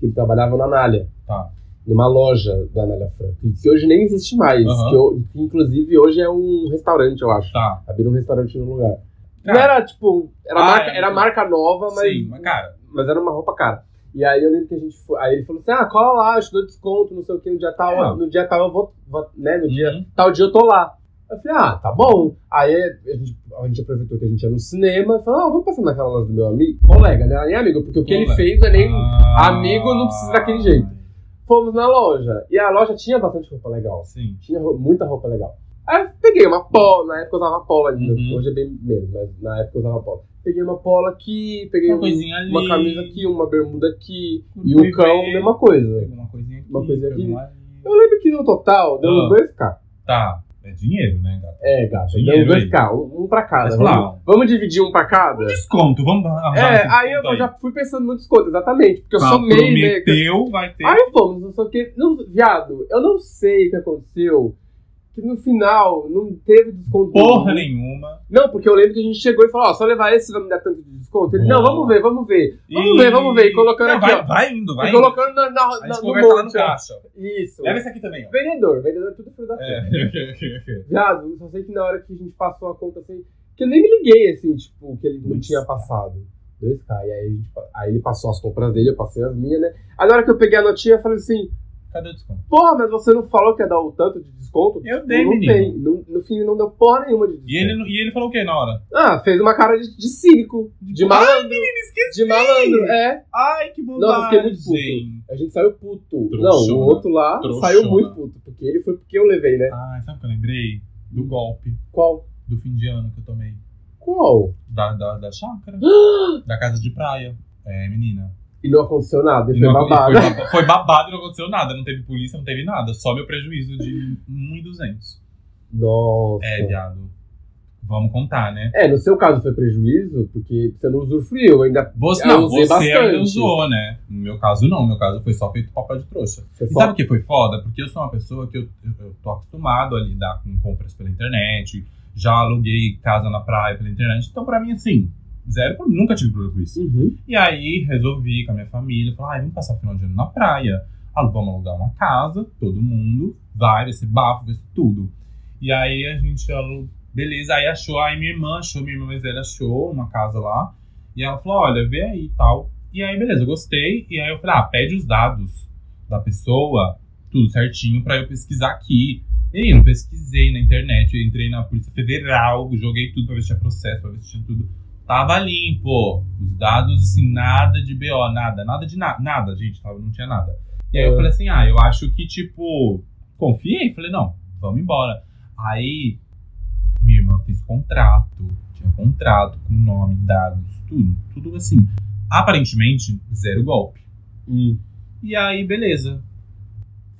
Speaker 1: que ele trabalhava na Anália.
Speaker 2: Tá.
Speaker 1: Numa loja da Anália Franca, que hoje nem existe mais.
Speaker 2: Aham.
Speaker 1: que eu- que inclusive hoje é um restaurante, eu acho.
Speaker 2: Tá.
Speaker 1: Abriram um restaurante no lugar.
Speaker 2: Tá.
Speaker 1: Não era tipo. Era,
Speaker 2: Ah,
Speaker 1: marca,
Speaker 2: é,
Speaker 1: era
Speaker 2: então.
Speaker 1: marca nova, mas,
Speaker 2: Sim, mas cara,
Speaker 1: mas era uma roupa cara. E aí eu lembro que a gente foi. Aí ele falou assim: ah, cola lá, eu te dou desconto, não sei o que, no dia tal,
Speaker 2: É.
Speaker 1: no dia tal eu vou. vou- né, no dia,
Speaker 2: uhum.
Speaker 1: tal dia eu tô lá. Eu falei, ah, tá bom. Aí a gente, a gente aproveitou que a gente ia no cinema e falou, ah, vamos passar naquela loja do meu amigo. Colega, né? Nem amigo, porque o que ele
Speaker 2: Colega.
Speaker 1: fez não é nem.
Speaker 2: Ah,
Speaker 1: amigo não precisa daquele jeito. Fomos na loja. E a loja tinha bastante roupa legal.
Speaker 2: Sim.
Speaker 1: Tinha ro- muita roupa legal. Aí eu peguei uma polo, na época eu usava polo ainda.
Speaker 2: Uhum.
Speaker 1: Hoje é bem menos, mas na época eu usava polo. Peguei uma polo aqui, peguei
Speaker 2: Uma
Speaker 1: um-
Speaker 2: coisinha ali.
Speaker 1: uma camisa aqui, uma bermuda aqui.
Speaker 2: Um
Speaker 1: E o
Speaker 2: bebê.
Speaker 1: cão, mesma coisa.
Speaker 2: Pegou uma coisinha aqui.
Speaker 1: Uma coisinha
Speaker 2: pegou
Speaker 1: aqui.
Speaker 2: uma ali.
Speaker 1: Eu lembro que no total deu
Speaker 2: Ah.
Speaker 1: uns 2k.
Speaker 2: Tá. É dinheiro, né, gata?
Speaker 1: É, gato, deu uns
Speaker 2: Dinheiro aí.
Speaker 1: 2k, um, um pra cada.
Speaker 2: Mas,
Speaker 1: Vamos,
Speaker 2: claro.
Speaker 1: vamos dividir um pra cada?
Speaker 2: É Desconto, vamos arranjar
Speaker 1: É,
Speaker 2: um
Speaker 1: aí eu
Speaker 2: desconto
Speaker 1: já fui pensando no desconto, exatamente. Porque eu
Speaker 2: Pra-
Speaker 1: somei, né? que-
Speaker 2: Prometeu, vai ter.
Speaker 1: Aí fomos, não sei o que. Não, viado, eu não sei o que aconteceu. Que no final não teve desconto.
Speaker 2: Porra nenhuma.
Speaker 1: Não, porque eu lembro que a gente chegou e falou, ó, só levar esse vai me dar tanto de desconto. Ele,
Speaker 2: Boa.
Speaker 1: não, vamos ver, vamos ver. Vamos
Speaker 2: E-
Speaker 1: ver, vamos ver. E colocando
Speaker 2: Não,
Speaker 1: aqui,
Speaker 2: vai,
Speaker 1: ó.
Speaker 2: vai indo, vai
Speaker 1: e
Speaker 2: indo.
Speaker 1: colocando na, na,
Speaker 2: A
Speaker 1: na,
Speaker 2: gente
Speaker 1: no
Speaker 2: conversa lá no
Speaker 1: monte. ó.
Speaker 2: caixa. ó.
Speaker 1: Isso.
Speaker 2: Leva esse aqui também, ó.
Speaker 1: Vendedor, vendedor tudo filho da puta.
Speaker 2: É.
Speaker 1: Viado, só sei que na hora que a gente passou a conta assim, Que eu nem me liguei, assim, tipo, que ele não
Speaker 2: Dois.
Speaker 1: tinha passado. 2K. E aí, a gente pa- aí ele passou as compras dele, eu passei as minhas, né? Aí na hora que eu peguei a notinha, eu falei assim,
Speaker 2: Cadê o desconto?
Speaker 1: porra, mas você não falou que ia dar o tanto de desconto?
Speaker 2: Eu dei,
Speaker 1: não
Speaker 2: menino.
Speaker 1: tem. No, no fim, não deu porra nenhuma de desconto.
Speaker 2: E ele, não- e ele falou o que na hora?
Speaker 1: Ah, fez uma cara de, de cínico. De malandro. de malandro, é.
Speaker 2: Ai, que bobagem.
Speaker 1: Nossa, eu fiquei muito puto. A gente saiu puto.
Speaker 2: Trouxona.
Speaker 1: Não, o outro lá
Speaker 2: Trouxona.
Speaker 1: saiu muito puto. Porque ele foi porque eu levei, né?
Speaker 2: Ai, sabe o que eu lembrei? Do golpe
Speaker 1: Qual?
Speaker 2: do fim de ano que eu tomei.
Speaker 1: Qual?
Speaker 2: Da, da, da chácara. da casa de praia. É, menina.
Speaker 1: E não aconteceu nada,
Speaker 2: E
Speaker 1: ele foi
Speaker 2: não- e
Speaker 1: babado.
Speaker 2: Foi, baba- foi babado e não aconteceu nada. Não teve polícia, não teve nada. Só meu prejuízo de 1,200.
Speaker 1: Nossa.
Speaker 2: É, viado. Vamos contar, né?
Speaker 1: É, no seu caso foi prejuízo, porque você não usufruiu, ainda
Speaker 2: Você,
Speaker 1: Eu
Speaker 2: não,
Speaker 1: usei
Speaker 2: você ainda
Speaker 1: bastante.
Speaker 2: usou, né? No meu caso, não. No meu caso, foi só feito papel de trouxa.
Speaker 1: você
Speaker 2: E
Speaker 1: só-
Speaker 2: sabe o que foi foda? Porque eu sou uma pessoa que eu, eu, eu tô acostumado a lidar com compras pela internet, já aluguei casa na praia pela internet, então pra mim, assim, zero, pro- nunca tive problema com isso.
Speaker 1: Uhum.
Speaker 2: E aí resolvi com a minha família, falar, ai, vamos passar o final de ano na praia, alu- vamos alugar uma casa, todo mundo vai, vai ser bafo, vai ser tudo. E aí a gente alugou, beleza, aí achou, aí minha irmã achou, minha irmã mais velha achou uma casa lá, e ela falou, olha, vê aí e tal. E aí, beleza, eu gostei, e aí eu falei, ah, pede os dados da pessoa, tudo certinho, pra eu pesquisar aqui. Menino, pesquisei na internet, eu entrei na Polícia Federal, joguei tudo pra ver se tinha processo, pra ver se tinha tudo. Tava limpo. Os dados, assim, nada de BO, nada, nada de nada, nada, gente, tava- não tinha nada. E aí eu
Speaker 1: Ah.
Speaker 2: falei assim, ah, eu acho que, tipo, confiei. Falei, não, vamos embora. Aí, minha irmã fez contrato, tinha contrato com nome, dados, tudo, tudo assim. Aparentemente, zero golpe.
Speaker 1: Hum.
Speaker 2: E aí, beleza.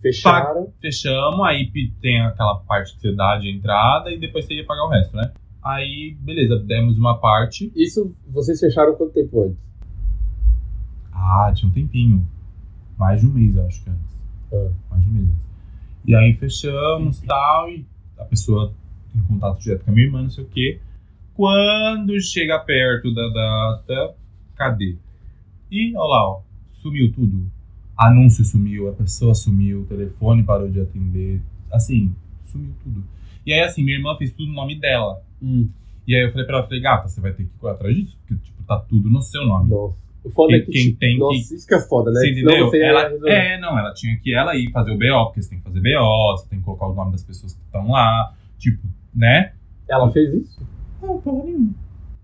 Speaker 1: Fecharam.
Speaker 2: Fechamos, aí pe- tem aquela parte que você dá de entrada e depois você ia pagar o resto, né? Aí, beleza, demos uma parte.
Speaker 1: Isso vocês fecharam quanto tempo antes?
Speaker 2: Ah, tinha um tempinho. Mais de um mês, eu acho que antes.
Speaker 1: É.
Speaker 2: Mais de um mês antes. E aí fechamos e tal, e a pessoa em contato direto com a minha irmã, não sei o quê. Quando chega perto da data, cadê? E olha lá, ó, sumiu tudo. Anúncio sumiu, a pessoa sumiu, o telefone parou de atender. Assim, sumiu tudo. E aí, assim, minha irmã fez tudo no nome dela.
Speaker 1: Hum.
Speaker 2: E aí eu falei pra ela, falei, gata, você vai ter que correr atrás disso, porque, tipo, tá tudo no seu nome.
Speaker 1: Nossa. O foda é
Speaker 2: Quem,
Speaker 1: que.
Speaker 2: quem tem
Speaker 1: Nossa,
Speaker 2: que
Speaker 1: isso que é foda, né?
Speaker 2: você
Speaker 1: Senão
Speaker 2: entendeu?
Speaker 1: você ia
Speaker 2: ela,
Speaker 1: resolver.
Speaker 2: é, não, ela tinha que ela ir fazer o BO, porque você tem que fazer BO, você tem que colocar o nome das pessoas que estão lá, tipo, né?
Speaker 1: Ela fez isso?
Speaker 2: Não, porra nenhuma.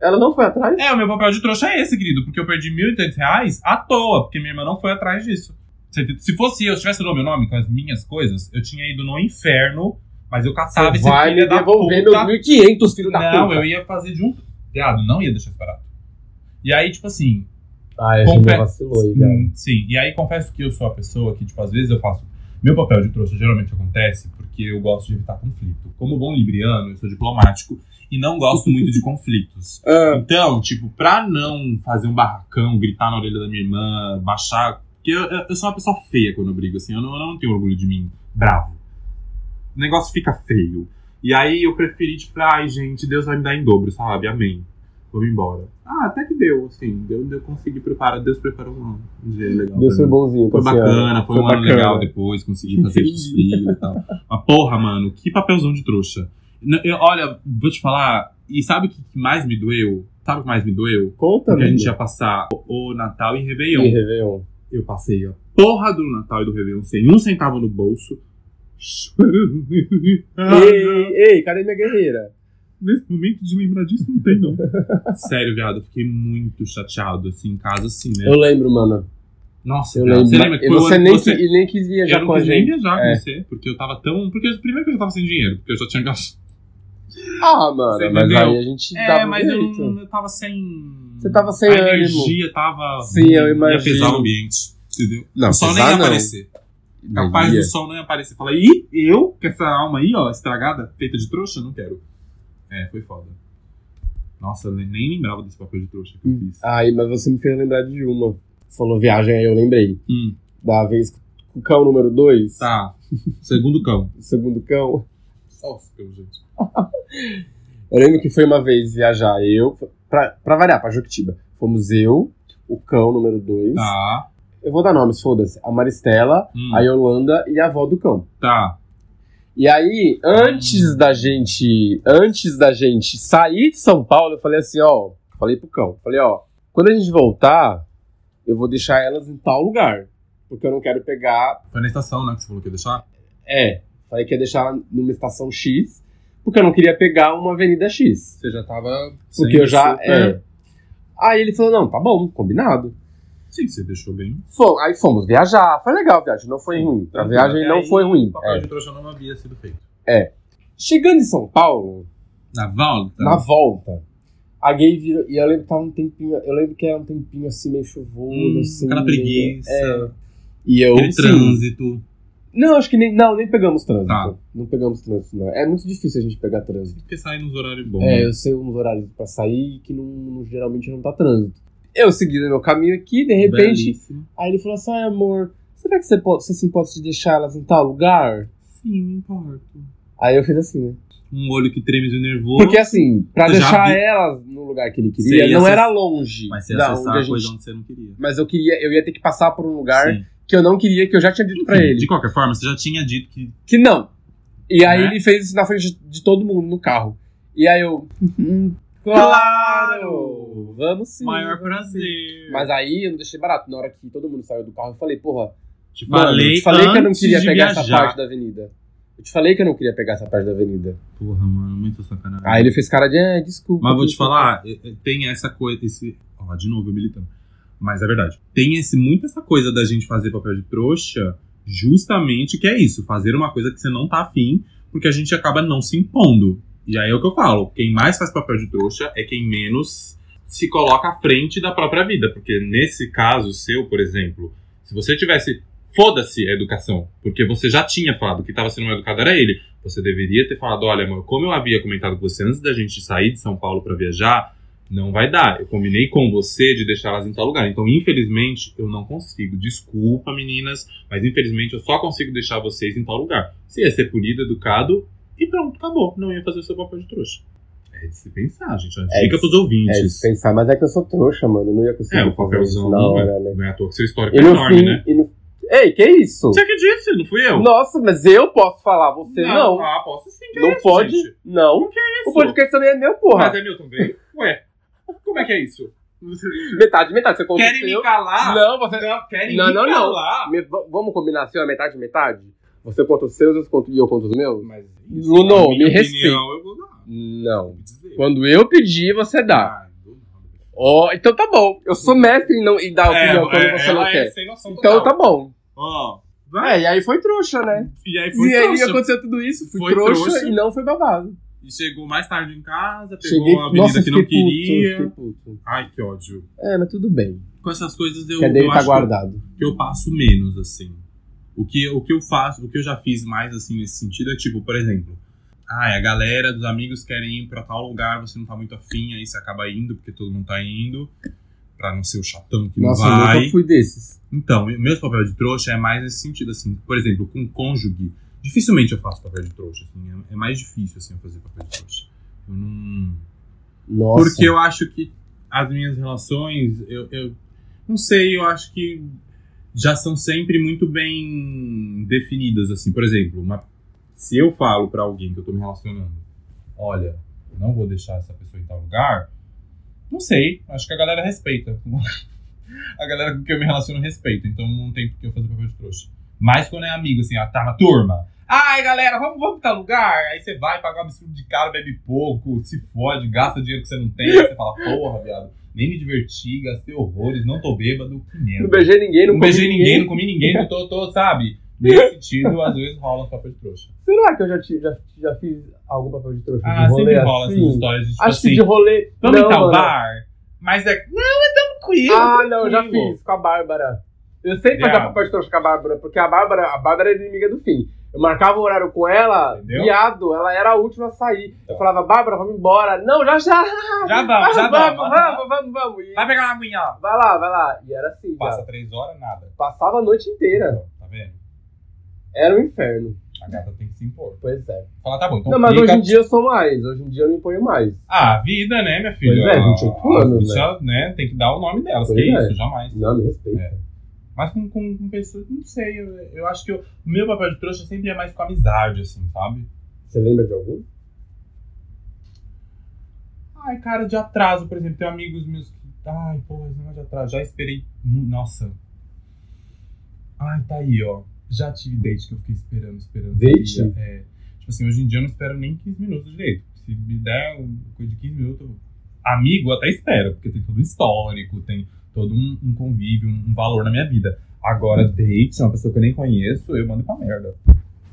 Speaker 1: Ela não foi atrás?
Speaker 2: É, o meu papel de trouxa é esse, querido, porque eu perdi 1.800 reais à toa, porque minha irmã não foi atrás disso. Você entende? Se fosse eu, se tivesse dado meu nome com as minhas coisas, eu tinha ido no inferno, mas eu caçava
Speaker 1: Você
Speaker 2: esse
Speaker 1: vai
Speaker 2: filho
Speaker 1: me
Speaker 2: da
Speaker 1: devolver
Speaker 2: puta.
Speaker 1: meus 1.500, filho da
Speaker 2: Não,
Speaker 1: puta.
Speaker 2: eu ia fazer de um... Viado, não ia deixar isso barato. E aí, tipo assim,
Speaker 1: Ah, esse
Speaker 2: Confesso.
Speaker 1: meu vacilou, hein, velho.
Speaker 2: Sim, sim, e aí confesso que eu sou a pessoa que, tipo, às vezes eu faço. Meu papel de trouxa geralmente acontece porque eu gosto de evitar conflito. Como bom libriano, eu sou diplomático e não gosto muito de conflitos. Então, tipo, pra não fazer um barracão, gritar na orelha da minha irmã, baixar. Porque eu, eu- eu sou uma pessoa feia quando eu brigo, assim, eu não, eu não tenho orgulho de mim bravo. O negócio fica feio. E aí eu preferi, tipo, ai, gente, Deus vai me dar em dobro, sabe? Amém. Vou embora. Ah, até que deu, assim. Deu, deu consegui preparar. Deus preparou um ano. Um dia legal. pra
Speaker 1: Deus foi
Speaker 2: mim.
Speaker 1: bonzinho.
Speaker 2: Foi
Speaker 1: Cassiano.
Speaker 2: bacana, foi, um ano
Speaker 1: bacana.
Speaker 2: legal depois, consegui fazer desfile e tal. Mas porra, mano, que papelzão de trouxa. N- eu- olha, vou te falar, e sabe o que que mais me doeu? Sabe o que mais me doeu?
Speaker 1: Conta,
Speaker 2: Porque a
Speaker 1: velho.
Speaker 2: gente ia passar o o Natal e Réveillon.
Speaker 1: Ih, Réveillon.
Speaker 2: Eu passei a porra do Natal e do Réveillon sem um centavo no bolso.
Speaker 1: Ei, ei, cadê minha guerreira?
Speaker 2: Nesse momento de lembrar disso, não tem, não. Sério, viado, eu fiquei muito chateado, assim, em casa, assim, né?
Speaker 1: Eu lembro, mano.
Speaker 2: Nossa,
Speaker 1: Eu
Speaker 2: viado,
Speaker 1: lembro.
Speaker 2: você lembra que
Speaker 1: E
Speaker 2: foi o
Speaker 1: você,
Speaker 2: ano
Speaker 1: nem,
Speaker 2: que você...
Speaker 1: qui- e nem quis viajar
Speaker 2: Eu
Speaker 1: com
Speaker 2: não
Speaker 1: a
Speaker 2: quis nem
Speaker 1: gente.
Speaker 2: viajar
Speaker 1: É.
Speaker 2: com você, porque eu tava tão. Porque primeiro que eu tava sem dinheiro, porque eu já tinha gasto.
Speaker 1: Ah, mano,
Speaker 2: Você
Speaker 1: mas
Speaker 2: entendeu?
Speaker 1: aí a gente dava um jeito.
Speaker 2: É, eu tava sem.
Speaker 1: Você tava sem
Speaker 2: A
Speaker 1: ânimo.
Speaker 2: energia tava.
Speaker 1: Sim, eu
Speaker 2: Ia pesar
Speaker 1: imagino.
Speaker 2: o ambiente, entendeu?
Speaker 1: Não,
Speaker 2: o sol nem
Speaker 1: pesar
Speaker 2: ia
Speaker 1: não.
Speaker 2: aparecer.
Speaker 1: Mas
Speaker 2: Capaz
Speaker 1: ia.
Speaker 2: do sol não ia aparecer. Fala, ih, eu, com essa alma aí, ó, estragada, feita de trouxa, não quero. É, foi foda. Nossa, eu nem lembrava desse papel de trouxa
Speaker 1: Hum.
Speaker 2: que eu fiz.
Speaker 1: Aí, mas você me fez lembrar de uma. Você Falou viagem, aí eu lembrei.
Speaker 2: Hum,
Speaker 1: Da vez com o cão número 2,
Speaker 2: tá. Segundo cão.
Speaker 1: o segundo cão.
Speaker 2: Só os cãos, gente.
Speaker 1: Eu lembro que foi uma vez viajar eu, pra, pra variar, pra Juquitiba. Fomos eu, o cão número 2.
Speaker 2: Tá.
Speaker 1: Eu vou dar nomes, foda-se. A Maristela,
Speaker 2: Hum,
Speaker 1: a Yolanda e a avó do cão.
Speaker 2: Tá.
Speaker 1: E aí, antes
Speaker 2: Hum.
Speaker 1: da gente, antes da gente sair de São Paulo, eu falei assim, ó, falei pro cão, falei, ó, quando a gente voltar, eu vou deixar elas em tal lugar, porque eu não quero pegar,
Speaker 2: Foi na estação, né? Que você falou que ia deixar?
Speaker 1: é, falei que ia deixar numa estação X, porque eu não queria pegar uma avenida X.
Speaker 2: Você já tava.
Speaker 1: Porque
Speaker 2: sendo
Speaker 1: eu já.
Speaker 2: super-
Speaker 1: é. Aí ele falou: não, tá bom, combinado.
Speaker 2: Sim, você deixou bem.
Speaker 1: Fom- aí fomos viajar, foi legal a viagem, não foi ruim. A viagem
Speaker 2: Até
Speaker 1: não
Speaker 2: aí,
Speaker 1: foi ruim.
Speaker 2: O papel
Speaker 1: É.
Speaker 2: de trouxa não havia sido feito.
Speaker 1: Chegando em São Paulo,
Speaker 2: Na volta?
Speaker 1: na volta, a gay virou. E eu lembro que tava um tempinho. Eu lembro que era um tempinho assim, meio chuvoso,
Speaker 2: Hum,
Speaker 1: assim.
Speaker 2: aquela preguiça,
Speaker 1: é. E eu.
Speaker 2: aquele
Speaker 1: sim.
Speaker 2: trânsito.
Speaker 1: Não, acho que nem. Não, nem pegamos trânsito.
Speaker 2: Tá.
Speaker 1: Não pegamos trânsito, não. É muito difícil a gente pegar trânsito.
Speaker 2: Porque sai nos horários bons.
Speaker 1: É, eu sei uns horários pra sair que não, não- geralmente não tá trânsito. Eu segui no meu caminho aqui, de repente.
Speaker 2: Belíssimo.
Speaker 1: Aí ele falou assim: ai amor, será que você, pode, você se importa de deixar elas em tal lugar?
Speaker 2: Sim, me importo.
Speaker 1: Aí eu fiz assim, né?
Speaker 2: Um olho que treme de nervoso.
Speaker 1: Porque assim, pra
Speaker 2: Eu já
Speaker 1: deixar
Speaker 2: vi.
Speaker 1: elas no lugar que ele
Speaker 2: Você
Speaker 1: queria,
Speaker 2: ia
Speaker 1: não
Speaker 2: acess-
Speaker 1: era longe.
Speaker 2: Mas você ia
Speaker 1: é da
Speaker 2: acessar
Speaker 1: onde a
Speaker 2: a coisa
Speaker 1: gente-
Speaker 2: onde você não queria.
Speaker 1: Mas eu queria, eu ia ter que passar por um lugar
Speaker 2: Sim.
Speaker 1: que eu não queria, que eu já tinha dito pra
Speaker 2: Enfim,
Speaker 1: ele.
Speaker 2: De qualquer forma, você já tinha dito que.
Speaker 1: Que não. E aí
Speaker 2: Né?
Speaker 1: ele fez isso na frente de todo mundo no carro. E aí eu. "Hum,
Speaker 2: Claro!
Speaker 1: Vamos sim!
Speaker 2: Maior
Speaker 1: vamos sim."
Speaker 2: prazer.
Speaker 1: Mas aí eu não deixei barato. Na hora que todo mundo saiu do carro, eu falei, porra,
Speaker 2: Te
Speaker 1: Mano, eu
Speaker 2: falei,
Speaker 1: te falei que eu não
Speaker 2: antes
Speaker 1: queria
Speaker 2: de
Speaker 1: pegar essa
Speaker 2: viajar.
Speaker 1: parte da avenida. Eu te falei que eu não queria pegar essa parte da avenida.
Speaker 2: Porra, mano, muito sacanagem.
Speaker 1: Aí ele fez cara de, ah, desculpa.
Speaker 2: Mas vou te
Speaker 1: desculpa."
Speaker 2: falar, eh, eh, tem essa coisa, esse. Ó, de novo, eu militando. Mas é verdade. Tem esse, muito essa coisa da gente fazer papel de trouxa, justamente que é isso, fazer uma coisa que você não tá afim, porque a gente acaba não se impondo. E aí é o que eu falo: quem mais faz papel de trouxa é quem menos se coloca à frente da própria vida. Porque nesse caso seu, por exemplo, se você tivesse. Foda-se a educação, porque você já tinha falado que estava sendo mal educado era ele. Você deveria ter falado, olha, amor, como eu havia comentado com você antes da gente sair de São Paulo pra viajar, não vai dar. Eu combinei com você de deixar elas em tal lugar. Então, infelizmente, eu não consigo. Desculpa, meninas, mas infelizmente eu só consigo deixar vocês em tal lugar. Você ia ser polido, educado e pronto, acabou. Não ia fazer o seu papel de trouxa. É de se pensar, gente. É uma
Speaker 1: É
Speaker 2: dica
Speaker 1: de-
Speaker 2: pros
Speaker 1: É,
Speaker 2: ouvintes.
Speaker 1: de pensar, mas é que eu sou trouxa, mano. Eu não ia conseguir.
Speaker 2: É, o
Speaker 1: fazer isso
Speaker 2: papelzão
Speaker 1: Na
Speaker 2: não,
Speaker 1: hora, né?
Speaker 2: não é à toa que seu histórico
Speaker 1: E
Speaker 2: é
Speaker 1: no
Speaker 2: enorme,
Speaker 1: fim.
Speaker 2: né?
Speaker 1: e no- Ei, que isso?
Speaker 2: Você que disse, não fui eu?
Speaker 1: Nossa, mas eu posso falar, você não. Não,
Speaker 2: Ah, posso sim, que é isso,
Speaker 1: pode?
Speaker 2: gente?
Speaker 1: Não.
Speaker 2: Isso.
Speaker 1: O podcast também é meu, porra.
Speaker 2: Mas é meu também. Ué, como é que é isso? Vocês
Speaker 1: Metade, metade. Você conta o
Speaker 2: Querem me
Speaker 1: seu.
Speaker 2: calar?
Speaker 1: Não, você.
Speaker 2: Não, querem
Speaker 1: Não,
Speaker 2: me
Speaker 1: não, não.
Speaker 2: calar?
Speaker 1: Me- v- Vamos combinar assim, ó, metade, metade? Você conta os seus eu conto- e eu conto os meus?
Speaker 2: Mas isso,
Speaker 1: Nuno,
Speaker 2: na
Speaker 1: me
Speaker 2: minha
Speaker 1: respeita.
Speaker 2: opinião, Eu vou dar.
Speaker 1: Não.
Speaker 2: Vou dizer.
Speaker 1: Quando eu pedir, você dá.
Speaker 2: Ah, eu não.
Speaker 1: Ó, então tá bom. Eu sou mestre em, não, em dar
Speaker 2: Uhum. É,
Speaker 1: opinião quando
Speaker 2: é,
Speaker 1: você não
Speaker 2: ela é
Speaker 1: quer.
Speaker 2: sem noção
Speaker 1: Então tá
Speaker 2: total.
Speaker 1: bom.
Speaker 2: Ó,
Speaker 1: É, e aí foi trouxa, né?
Speaker 2: e aí foi
Speaker 1: e aí
Speaker 2: trouxa.
Speaker 1: aconteceu tudo isso. Fui
Speaker 2: Foi
Speaker 1: trouxa,
Speaker 2: trouxa.
Speaker 1: e não foi babado.
Speaker 2: E chegou mais tarde em casa, pegou
Speaker 1: Cheguei,
Speaker 2: uma avenida
Speaker 1: nossa,
Speaker 2: que
Speaker 1: eu
Speaker 2: não
Speaker 1: fiquei
Speaker 2: queria.
Speaker 1: puto, eu fiquei puto.
Speaker 2: Ai, que ódio.
Speaker 1: É, mas tudo bem.
Speaker 2: Com essas coisas eu,
Speaker 1: Cadê ele
Speaker 2: eu
Speaker 1: tá
Speaker 2: acho que eu-
Speaker 1: guardado.
Speaker 2: que eu passo menos, assim. O que, o que eu faço, o que eu já fiz mais, assim, nesse sentido é tipo, por exemplo, ah, a galera dos amigos querem ir pra tal lugar, você não tá muito afim, aí você acaba indo porque todo mundo tá indo, pra não ser o chatão que
Speaker 1: Nossa,
Speaker 2: não
Speaker 1: eu
Speaker 2: vai.
Speaker 1: nunca fui desses.
Speaker 2: Então, meu papel de trouxa é mais nesse sentido, assim. Por exemplo, com cônjuge, dificilmente eu faço papel de trouxa, assim. É- É mais difícil, assim, eu fazer papel de trouxa. Eu não.
Speaker 1: Nossa.
Speaker 2: Porque eu acho que as minhas relações, eu, eu não sei, eu acho que já são sempre muito bem definidas, assim. Por exemplo, uma- se eu falo pra alguém que eu tô me relacionando, olha, eu não vou deixar essa pessoa em tal lugar, não sei, acho que a galera respeita. a galera com quem eu me relaciono respeita, então não tem por que eu fazer papel de trouxa. Mas quando é amigo, assim, ah, tá na turma. Ai, galera, vamos, vamos pra tal lugar. Aí você vai, paga um absurdo de caro, bebe pouco, se fode, gasta dinheiro que você não tem. Aí você fala, porra, viado, nem me diverti, gastei horrores, não tô bêbado, que merda.
Speaker 1: Não beijei ninguém, não
Speaker 2: Não
Speaker 1: comi
Speaker 2: beijei ninguém, não comi ninguém, não tô, tô, sabe? Nesse sentido, às vezes rola um papel de trouxa.
Speaker 1: Será que eu já, ti- já, já fiz algum papel de trouxa
Speaker 2: Ah,
Speaker 1: de rolê
Speaker 2: sempre rola
Speaker 1: assim?
Speaker 2: essas histórias de tipo
Speaker 1: Acho que
Speaker 2: assim,
Speaker 1: de rolê.
Speaker 2: vamos
Speaker 1: não,
Speaker 2: em tal
Speaker 1: mano.
Speaker 2: bar, mas é. Não, é tranquilo.
Speaker 1: Ah, não, eu já
Speaker 2: tranquilo.
Speaker 1: fiz com a Bárbara. Eu sempre fazia
Speaker 2: Viado.
Speaker 1: papel de trouxa com a Bárbara, porque a Bárbara, a Bárbara era inimiga do fim. Eu marcava um horário com ela,
Speaker 2: Entendeu?
Speaker 1: viado, ela era a última a sair. Eu
Speaker 2: Então.
Speaker 1: falava, Bárbara, vamos embora. Não, já já.
Speaker 2: Já vamos, já
Speaker 1: vamos,
Speaker 2: vamos.
Speaker 1: vamos, vamos, vamos, E
Speaker 2: Vai pegar uma aguinha, ó.
Speaker 1: Vai lá, vai lá. E era assim,
Speaker 2: Passa
Speaker 1: viado.
Speaker 2: três horas, nada.
Speaker 1: Passava a noite inteira.
Speaker 2: Tá vendo?
Speaker 1: Era um inferno.
Speaker 2: A gata tem que se impor.
Speaker 1: Pois é.
Speaker 2: Fala, tá bom, então
Speaker 1: não, mas
Speaker 2: fica
Speaker 1: hoje em dia eu sou mais. Hoje em dia eu me imponho mais.
Speaker 2: Ah, a vida, né, minha filha?
Speaker 1: Pois é, 28
Speaker 2: As
Speaker 1: anos,
Speaker 2: bichas, né? Tem que dar o nome delas,
Speaker 1: Pois
Speaker 2: que
Speaker 1: é.
Speaker 2: isso, jamais.
Speaker 1: Não, me respeita.
Speaker 2: É. Mas com, com, com pessoas, não sei. Eu, eu acho que eu- o meu papel de trouxa sempre é mais com amizade, assim, sabe?
Speaker 1: Você lembra de algum?
Speaker 2: Ai, cara, de atraso, por exemplo. Tem amigos meus que. Ai, porra, esse negócio é de atraso. Já esperei. mu- Nossa. Ai, tá aí, ó. Já tive date que eu fiquei esperando, esperando.
Speaker 1: Date?
Speaker 2: É. Tipo assim, hoje em dia eu não espero nem 15 minutos direito. Se me der uma coisa de 15 minutos, eu- amigo eu até espero, porque tem todo um histórico, tem todo um, um convívio, um, um valor na minha vida. Agora, date, uma pessoa que eu nem conheço, eu mando pra merda.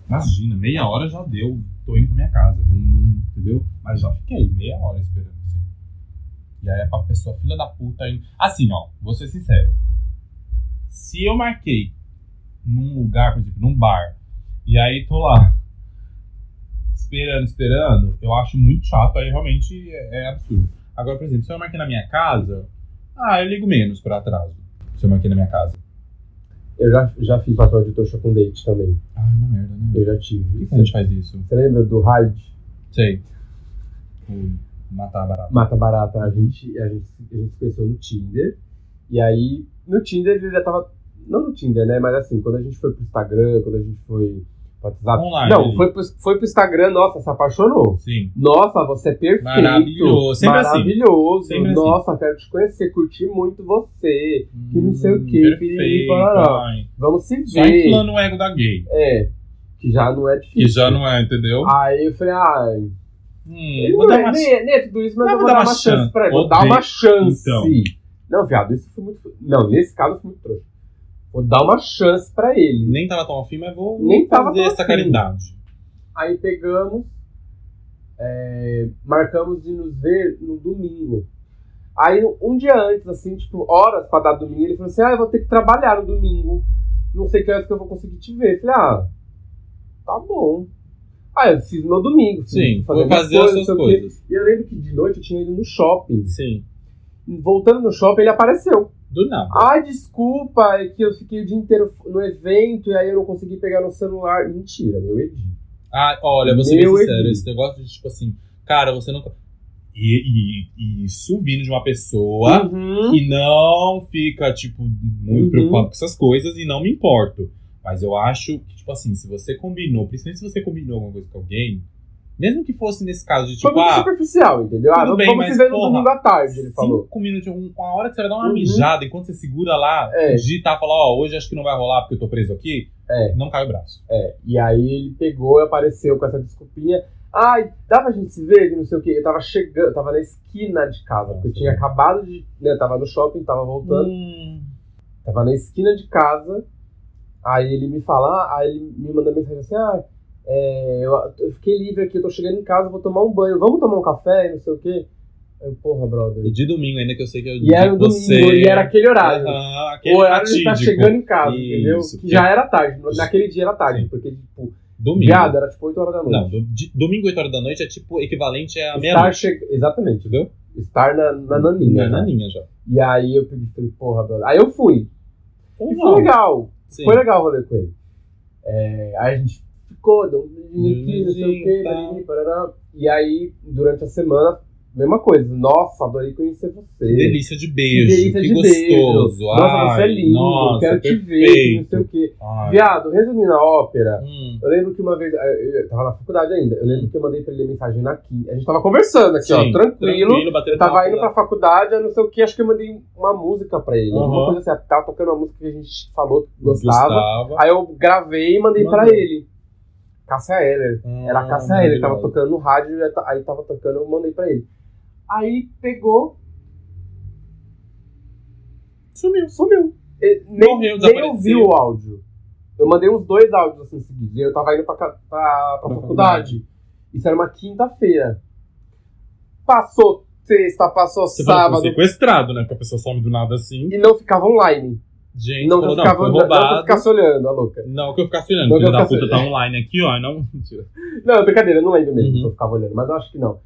Speaker 2: Imagina, meia hora já deu, tô indo pra minha casa, não, não- entendeu? Mas já fiquei meia hora esperando, assim. E aí é pra pessoa filha da puta aí. Assim, ó, vou ser sincero. Se eu marquei num lugar, por exemplo, num bar, e aí tô lá, esperando, esperando, eu acho muito chato, aí realmente é, é absurdo. Agora, por exemplo, se eu marquei na minha casa, ah, eu ligo menos pra atraso. Se eu marquei na minha casa.
Speaker 1: Eu já, já fiz papel de trouxa com date também.
Speaker 2: Ai, uma merda, né?
Speaker 1: Eu já tive.
Speaker 2: Por que a gente faz isso?
Speaker 1: Você lembra do Hyde?
Speaker 2: Sei. Tipo, matar a barata.
Speaker 1: Mata Barata, a gente, a gente, a gente se conheceu no Tinder. E aí, no Tinder ele já tava. Não no Tinder, né? Mas assim, quando a gente foi pro Instagram, quando a gente foi pro WhatsApp.
Speaker 2: Online.
Speaker 1: Tá. não, foi pro, foi pro Instagram, nossa, se apaixonou.
Speaker 2: Sim.
Speaker 1: Nossa, você é perfeito.
Speaker 2: Maravilhoso, sempre assim.
Speaker 1: maravilhoso.
Speaker 2: Sempre assim.
Speaker 1: nossa, quero te conhecer, curti muito você. Que não sei o
Speaker 2: Hum,
Speaker 1: quê, piriri,
Speaker 2: Perfeito.
Speaker 1: parará.
Speaker 2: ai.
Speaker 1: Vamos se
Speaker 2: Só
Speaker 1: ver.
Speaker 2: inflando o ego da gay.
Speaker 1: É. Que já não é difícil.
Speaker 2: Que já não é, entendeu?
Speaker 1: Aí eu falei, ah,
Speaker 2: Hum,
Speaker 1: ele
Speaker 2: vou
Speaker 1: não
Speaker 2: dar
Speaker 1: é,
Speaker 2: uma
Speaker 1: nem, é- nem é tudo isso, mas
Speaker 2: Não,
Speaker 1: eu vou dar uma chance, pra ele. Vou dar
Speaker 2: Odeio.
Speaker 1: uma chance.
Speaker 2: Então.
Speaker 1: Não, viado, isso foi muito. Não, nesse caso eu fui muito trouxa. Vou dar uma chance pra ele.
Speaker 2: Nem tava tão afim, mas vou
Speaker 1: Nem tava
Speaker 2: fazer
Speaker 1: tão
Speaker 2: essa
Speaker 1: afim.
Speaker 2: caridade.
Speaker 1: Aí pegamos, é, marcamos de nos ver no domingo. Aí um dia antes, assim, tipo, horas pra dar domingo, ele falou assim: ah, eu vou ter que trabalhar no domingo. Não sei que horas que eu vou conseguir te ver. Eu falei, ah, tá bom. Aí eu fiz meu domingo. fiz-
Speaker 2: Sim, vou
Speaker 1: minhas
Speaker 2: fazer as
Speaker 1: coisas,
Speaker 2: suas
Speaker 1: não sei o quê.
Speaker 2: coisas.
Speaker 1: E eu lembro que de noite eu tinha ido no shopping.
Speaker 2: Sim.
Speaker 1: Voltando no shopping, ele apareceu.
Speaker 2: Do nada.
Speaker 1: Ah, desculpa, é que eu fiquei o dia inteiro no evento e aí eu não consegui pegar no celular. Mentira, meu Edi.
Speaker 2: Ah, olha, vou ser bem
Speaker 1: Meu
Speaker 2: sincero,
Speaker 1: Edu.
Speaker 2: esse negócio de tipo assim, cara, você não. E, e- e isso vindo de uma pessoa que não fica, tipo, muito
Speaker 1: Uhum.
Speaker 2: preocupado com essas coisas e não me importo. Mas eu acho que, tipo assim, se você combinou, principalmente se você combinou alguma coisa com alguém, mesmo que fosse nesse caso de
Speaker 1: Foi
Speaker 2: tipo,
Speaker 1: muito
Speaker 2: ah,
Speaker 1: superficial, entendeu?
Speaker 2: tudo
Speaker 1: Ah, vamos,
Speaker 2: bem,
Speaker 1: vamos
Speaker 2: mas,
Speaker 1: se ver no
Speaker 2: porra,
Speaker 1: domingo à tarde, ele falou.
Speaker 2: cinco minutos, um- uma hora que você vai dar uma
Speaker 1: Uhum.
Speaker 2: mijada, enquanto você segura lá,
Speaker 1: É.
Speaker 2: digitar, falar, ó, hoje acho que não vai rolar porque eu tô preso aqui,
Speaker 1: É.
Speaker 2: não cai o braço.
Speaker 1: E aí ele pegou e apareceu com essa desculpinha. Ai, dá pra gente se ver? Que não sei o quê. Eu tava chegando, eu tava na esquina de casa, porque eu tinha acabado de. Né, eu tava no shopping, tava voltando.
Speaker 2: Hum.
Speaker 1: Tava na esquina de casa, aí ele me fala, aí ele me manda mensagem assim, ah, é, eu, eu fiquei livre aqui, eu tô chegando em casa, vou tomar um banho, vamos tomar um café, não sei o quê. Eu, porra, brother.
Speaker 2: E de domingo ainda que eu sei que eu
Speaker 1: E era no domingo,
Speaker 2: você...
Speaker 1: e era aquele horário.
Speaker 2: Aham, aquele
Speaker 1: o horário de estar
Speaker 2: fatídico.
Speaker 1: tá chegando em casa,
Speaker 2: Isso,
Speaker 1: entendeu?
Speaker 2: que-
Speaker 1: Que já era tarde, no-
Speaker 2: Isso.
Speaker 1: naquele dia era tarde,
Speaker 2: Sim.
Speaker 1: porque, tipo,
Speaker 2: Domingo.
Speaker 1: viado, era tipo 8 horas da noite.
Speaker 2: Não, do- de- domingo 8 horas da noite é tipo equivalente a
Speaker 1: Estar
Speaker 2: meia-noite.
Speaker 1: che... Exatamente,
Speaker 2: Entendeu?
Speaker 1: estar na, na naninha.
Speaker 2: Na
Speaker 1: né?
Speaker 2: naninha já.
Speaker 1: E aí eu pedi, falei, porra, brother. Aí eu fui. E foi legal.
Speaker 2: Então, Sim.
Speaker 1: Foi legal o rolê com ele. É, aí a gente ficou, deu um beijinho aqui, não sei o quê,
Speaker 2: Tá.
Speaker 1: bariri, barará. E aí, durante a semana, mesma coisa. Nossa, adorei conhecer você.
Speaker 2: Que delícia de
Speaker 1: Que
Speaker 2: beijo. Que,
Speaker 1: delícia de
Speaker 2: gostoso.
Speaker 1: beijo. Nossa,
Speaker 2: Ai,
Speaker 1: você é lindo,
Speaker 2: nossa,
Speaker 1: quero te ver, que não
Speaker 2: perfeito.
Speaker 1: sei o quê.
Speaker 2: Ai,
Speaker 1: Viado, resumindo a ópera,
Speaker 2: hum,
Speaker 1: eu lembro que uma vez, eh, eu eu tava na faculdade ainda, eu lembro que eu mandei pra ele mensagem na Kim. A gente tava conversando aqui, Assim, ó,
Speaker 2: sim,
Speaker 1: tranquilo.
Speaker 2: batendo
Speaker 1: Eu tava
Speaker 2: papo
Speaker 1: indo
Speaker 2: lá.
Speaker 1: pra faculdade, eu não sei o que, acho que eu mandei uma música pra ele. Uma
Speaker 2: Aham.
Speaker 1: coisa assim, tava tocando uma música que a gente falou que gostava.
Speaker 2: Gostava.
Speaker 1: Aí eu gravei e mandei
Speaker 2: Mandou.
Speaker 1: pra ele. Cássia Heller. Era a
Speaker 2: Ah,
Speaker 1: Cássia Heller, tava
Speaker 2: maravilhoso.
Speaker 1: tocando no rádio, aí ta- aí tava tocando, eu mandei pra ele. Aí pegou. Sumiu. Sumiu. E nem
Speaker 2: Morreu,
Speaker 1: nem
Speaker 2: desapareceu.
Speaker 1: ouviu o áudio. Eu mandei uns dois áudios assim seguidos. E eu tava indo pra, ca- pra, pra
Speaker 2: Pra
Speaker 1: faculdade. Isso era uma quinta-feira. Passou sexta, passou
Speaker 2: Você falou que foi
Speaker 1: sábado.
Speaker 2: sequestrado, né? Porque a pessoa some do nada assim.
Speaker 1: E não ficava online.
Speaker 2: Gente,
Speaker 1: Não,
Speaker 2: falou, não,
Speaker 1: ficava
Speaker 2: foi
Speaker 1: não, não
Speaker 2: roubado.
Speaker 1: ficasse olhando, a louca.
Speaker 2: Não, que eu ficasse olhando.
Speaker 1: Não,
Speaker 2: Filho
Speaker 1: que eu
Speaker 2: da
Speaker 1: ficasse
Speaker 2: puta tá online aqui, ó. Não, mentira.
Speaker 1: Não, brincadeira, eu não lembro mesmo
Speaker 2: Uhum.
Speaker 1: se eu ficava olhando, mas eu acho que não.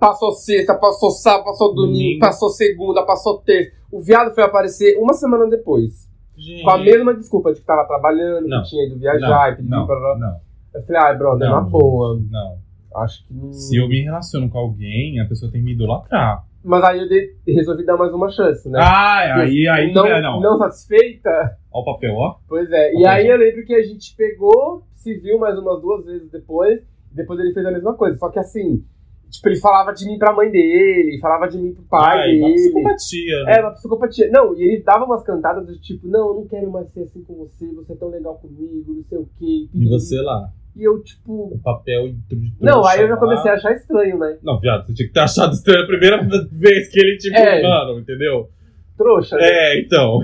Speaker 1: Passou sexta, passou sábado, passou domingo,
Speaker 2: Domingo.
Speaker 1: passou segunda, passou terça. O viado foi aparecer uma semana depois.
Speaker 2: Gente.
Speaker 1: Com a mesma desculpa de que tava trabalhando,
Speaker 2: Não.
Speaker 1: que tinha ido
Speaker 2: não,
Speaker 1: viajar e pedir
Speaker 2: não,
Speaker 1: pra.
Speaker 2: não,
Speaker 1: Eu falei, ai, brother,
Speaker 2: não,
Speaker 1: na boa.
Speaker 2: Não.
Speaker 1: Acho que não.
Speaker 2: Se eu me relaciono com alguém, a pessoa tem que me idolatrar.
Speaker 1: Mas aí eu dei- resolvi dar mais uma chance, né?
Speaker 2: Ah, aí, aí
Speaker 1: não,
Speaker 2: é, não.
Speaker 1: não satisfeita?
Speaker 2: Ó o papel, ó.
Speaker 1: Pois é. E
Speaker 2: Ok.
Speaker 1: aí eu lembro que a gente pegou, se viu mais umas duas vezes depois, e depois ele fez a mesma coisa. Só que assim, tipo, ele falava de mim pra mãe dele, falava de mim pro pai
Speaker 2: Ai, uma
Speaker 1: dele.
Speaker 2: psicopatia. né?
Speaker 1: É, uma psicopatia. Não, e ele dava umas cantadas do tipo, não, eu não quero mais ser assim com você, você é tão legal comigo, não sei o quê.
Speaker 2: E você lá,
Speaker 1: E eu, tipo.
Speaker 2: o papel de de
Speaker 1: Não,
Speaker 2: trouxa
Speaker 1: aí eu já
Speaker 2: lá.
Speaker 1: comecei a achar estranho, né?
Speaker 2: Não, viado, você tinha que ter achado estranho a primeira vez que ele, tipo,
Speaker 1: É.
Speaker 2: mano, entendeu?
Speaker 1: Trouxa, né?
Speaker 2: É, então.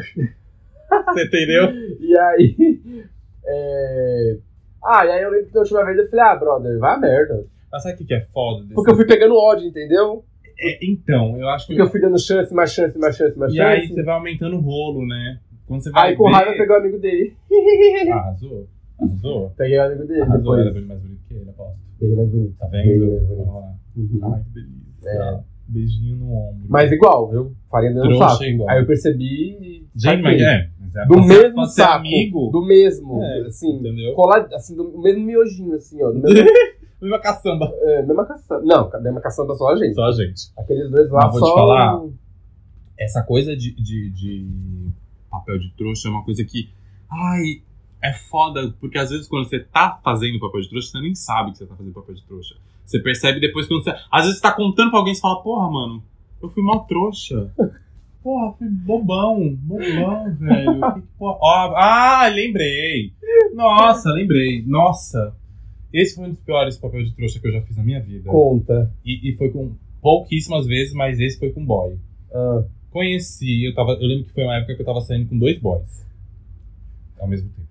Speaker 2: Você entendeu?
Speaker 1: E aí. É... Ah, e aí eu lembro que da última vez eu falei, ah, brother, vai a merda.
Speaker 2: Mas sabe o que que é foda desse?
Speaker 1: Porque eu fui pegando ódio, entendeu?
Speaker 2: É, então, eu acho que.
Speaker 1: Porque eu fui dando chance, mais chance, mais chance, mais
Speaker 2: E aí
Speaker 1: chance.
Speaker 2: você vai aumentando o rolo, né? Quando você vai.
Speaker 1: Aí com
Speaker 2: ver-
Speaker 1: raiva pegou o amigo dele.
Speaker 2: Ah, arrasou. Arrasou.
Speaker 1: Peguei o amigo dele
Speaker 2: Arrasou, era
Speaker 1: depois.
Speaker 2: bem mais bonito que ele, aposto.
Speaker 1: Peguei mais bonito.
Speaker 2: Tá
Speaker 1: Bem
Speaker 2: vendo?
Speaker 1: mais bonito.
Speaker 2: Olha lá.
Speaker 1: Uhum.
Speaker 2: Ai, que delícia. Beijinho no ombro.
Speaker 1: Mas igual, viu? Faria dentro do
Speaker 2: trouxa
Speaker 1: saco.
Speaker 2: é igual.
Speaker 1: Aí eu percebi e.
Speaker 2: Gente, mas é. Mas é
Speaker 1: Do
Speaker 2: pra ser-
Speaker 1: mesmo
Speaker 2: pra ser
Speaker 1: saco.
Speaker 2: amigo.
Speaker 1: Do mesmo,
Speaker 2: É,
Speaker 1: assim.
Speaker 2: Entendeu?
Speaker 1: Cola, assim, do mesmo miojinho, assim, ó. Do mesmo,
Speaker 2: Mesma caçamba.
Speaker 1: é, mesma caçamba. Não, a mesma caçamba só a gente.
Speaker 2: Só, gente.
Speaker 1: Aqueles dois lá
Speaker 2: Mas vou te
Speaker 1: só.
Speaker 2: falar, Essa coisa de, de, de papel de trouxa é uma coisa que. Ai. É foda, porque às vezes quando você tá fazendo papel de trouxa, você nem sabe que você tá fazendo papel de trouxa. Você percebe depois quando você. Às vezes você tá contando pra alguém e você fala, porra, mano, eu fui mó trouxa. Porra, fui bobão, bobão, velho. Que que porra- ó, ah, lembrei. Nossa, lembrei. Nossa. Esse foi um dos piores papéis de trouxa que eu já fiz na minha vida.
Speaker 1: Conta.
Speaker 2: E, e foi com pouquíssimas vezes, mas esse foi com boy.
Speaker 1: Ah.
Speaker 2: Conheci, eu, tava, eu lembro que foi uma época que eu tava saindo com dois boys. Ao mesmo tempo.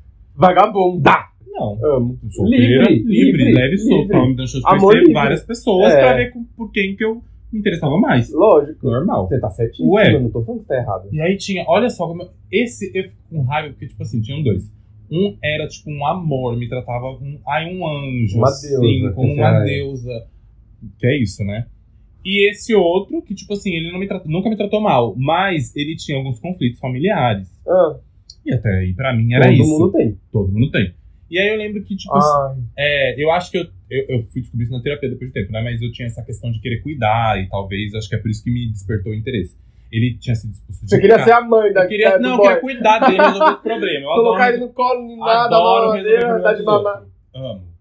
Speaker 1: Vagabunda!
Speaker 2: Não.
Speaker 1: Amo.
Speaker 2: Solteira,
Speaker 1: Livre,
Speaker 2: livre,
Speaker 1: livre,
Speaker 2: leve e solto.
Speaker 1: livre.
Speaker 2: Tava me dando chance de
Speaker 1: Amor
Speaker 2: conhecer
Speaker 1: livre.
Speaker 2: várias pessoas
Speaker 1: É.
Speaker 2: pra ver com- por quem que eu me interessava mais.
Speaker 1: Lógico.
Speaker 2: Normal.
Speaker 1: Você tá certíssimo,
Speaker 2: Ué.
Speaker 1: eu não tô falando que tá errado.
Speaker 2: E aí tinha, olha só como. eu- Esse eu fico com raiva, porque, tipo assim, tinham dois. Um era, tipo, um amor, me tratava um, ai, um anjo,
Speaker 1: Uma
Speaker 2: assim,
Speaker 1: deusa,
Speaker 2: como
Speaker 1: que
Speaker 2: uma
Speaker 1: você é.
Speaker 2: deusa. Que é isso, né? E esse outro, que, tipo assim, ele não me tratou- nunca me tratou mal, mas ele tinha alguns conflitos familiares.
Speaker 1: Ah,
Speaker 2: E até aí, pra mim, era
Speaker 1: todo
Speaker 2: isso.
Speaker 1: mundo Ah. tem.
Speaker 2: Todo mundo tem. E aí eu lembro que, tipo,
Speaker 1: Ai,
Speaker 2: é, eu acho que eu, eu, eu fui descobrir isso na terapia depois de tempo, né? Mas eu tinha essa questão de querer cuidar e talvez, acho que é por isso que me despertou o interesse. Ele tinha sido expulso de
Speaker 1: você queria
Speaker 2: casa.
Speaker 1: ser a mãe da
Speaker 2: Eu queria,
Speaker 1: da- é do
Speaker 2: não, eu
Speaker 1: boy.
Speaker 2: queria cuidar dele, resolver o problema. Eu
Speaker 1: Colocar
Speaker 2: adoro,
Speaker 1: ele no colo, nem nada,
Speaker 2: adoro
Speaker 1: mamadeira,
Speaker 2: resolver problema
Speaker 1: vontade tá
Speaker 2: dos
Speaker 1: de mamar.
Speaker 2: outros. Amo.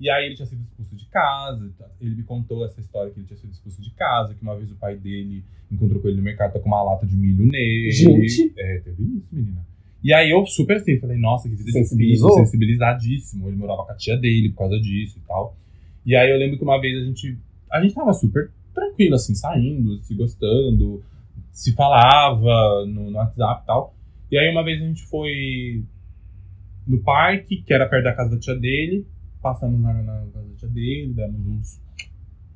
Speaker 2: E aí ele tinha sido expulso de casa, e tal. ele me contou essa história que ele tinha sido expulso de casa, que uma vez o pai dele encontrou com ele no mercado, tá com uma lata de milho nele.
Speaker 1: Gente.
Speaker 2: É, teve isso, menina. E aí eu super assim, falei, nossa, que vida
Speaker 1: Sensibilizou?
Speaker 2: difícil, sensibilizadíssimo. Ele morava com a tia dele por causa disso e tal. E aí eu lembro que uma vez a gente. A gente tava super tranquilo, assim, saindo, se gostando, se falava no, no WhatsApp e tal. E aí uma vez a gente foi no parque, que era perto da casa da tia dele. Passamos na, na casa da tia dele, demos uns,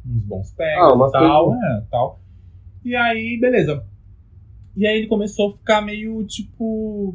Speaker 2: uns bons pés
Speaker 1: Ah, umas
Speaker 2: e tal, é, tal. E aí, beleza. E aí ele começou a ficar meio, tipo,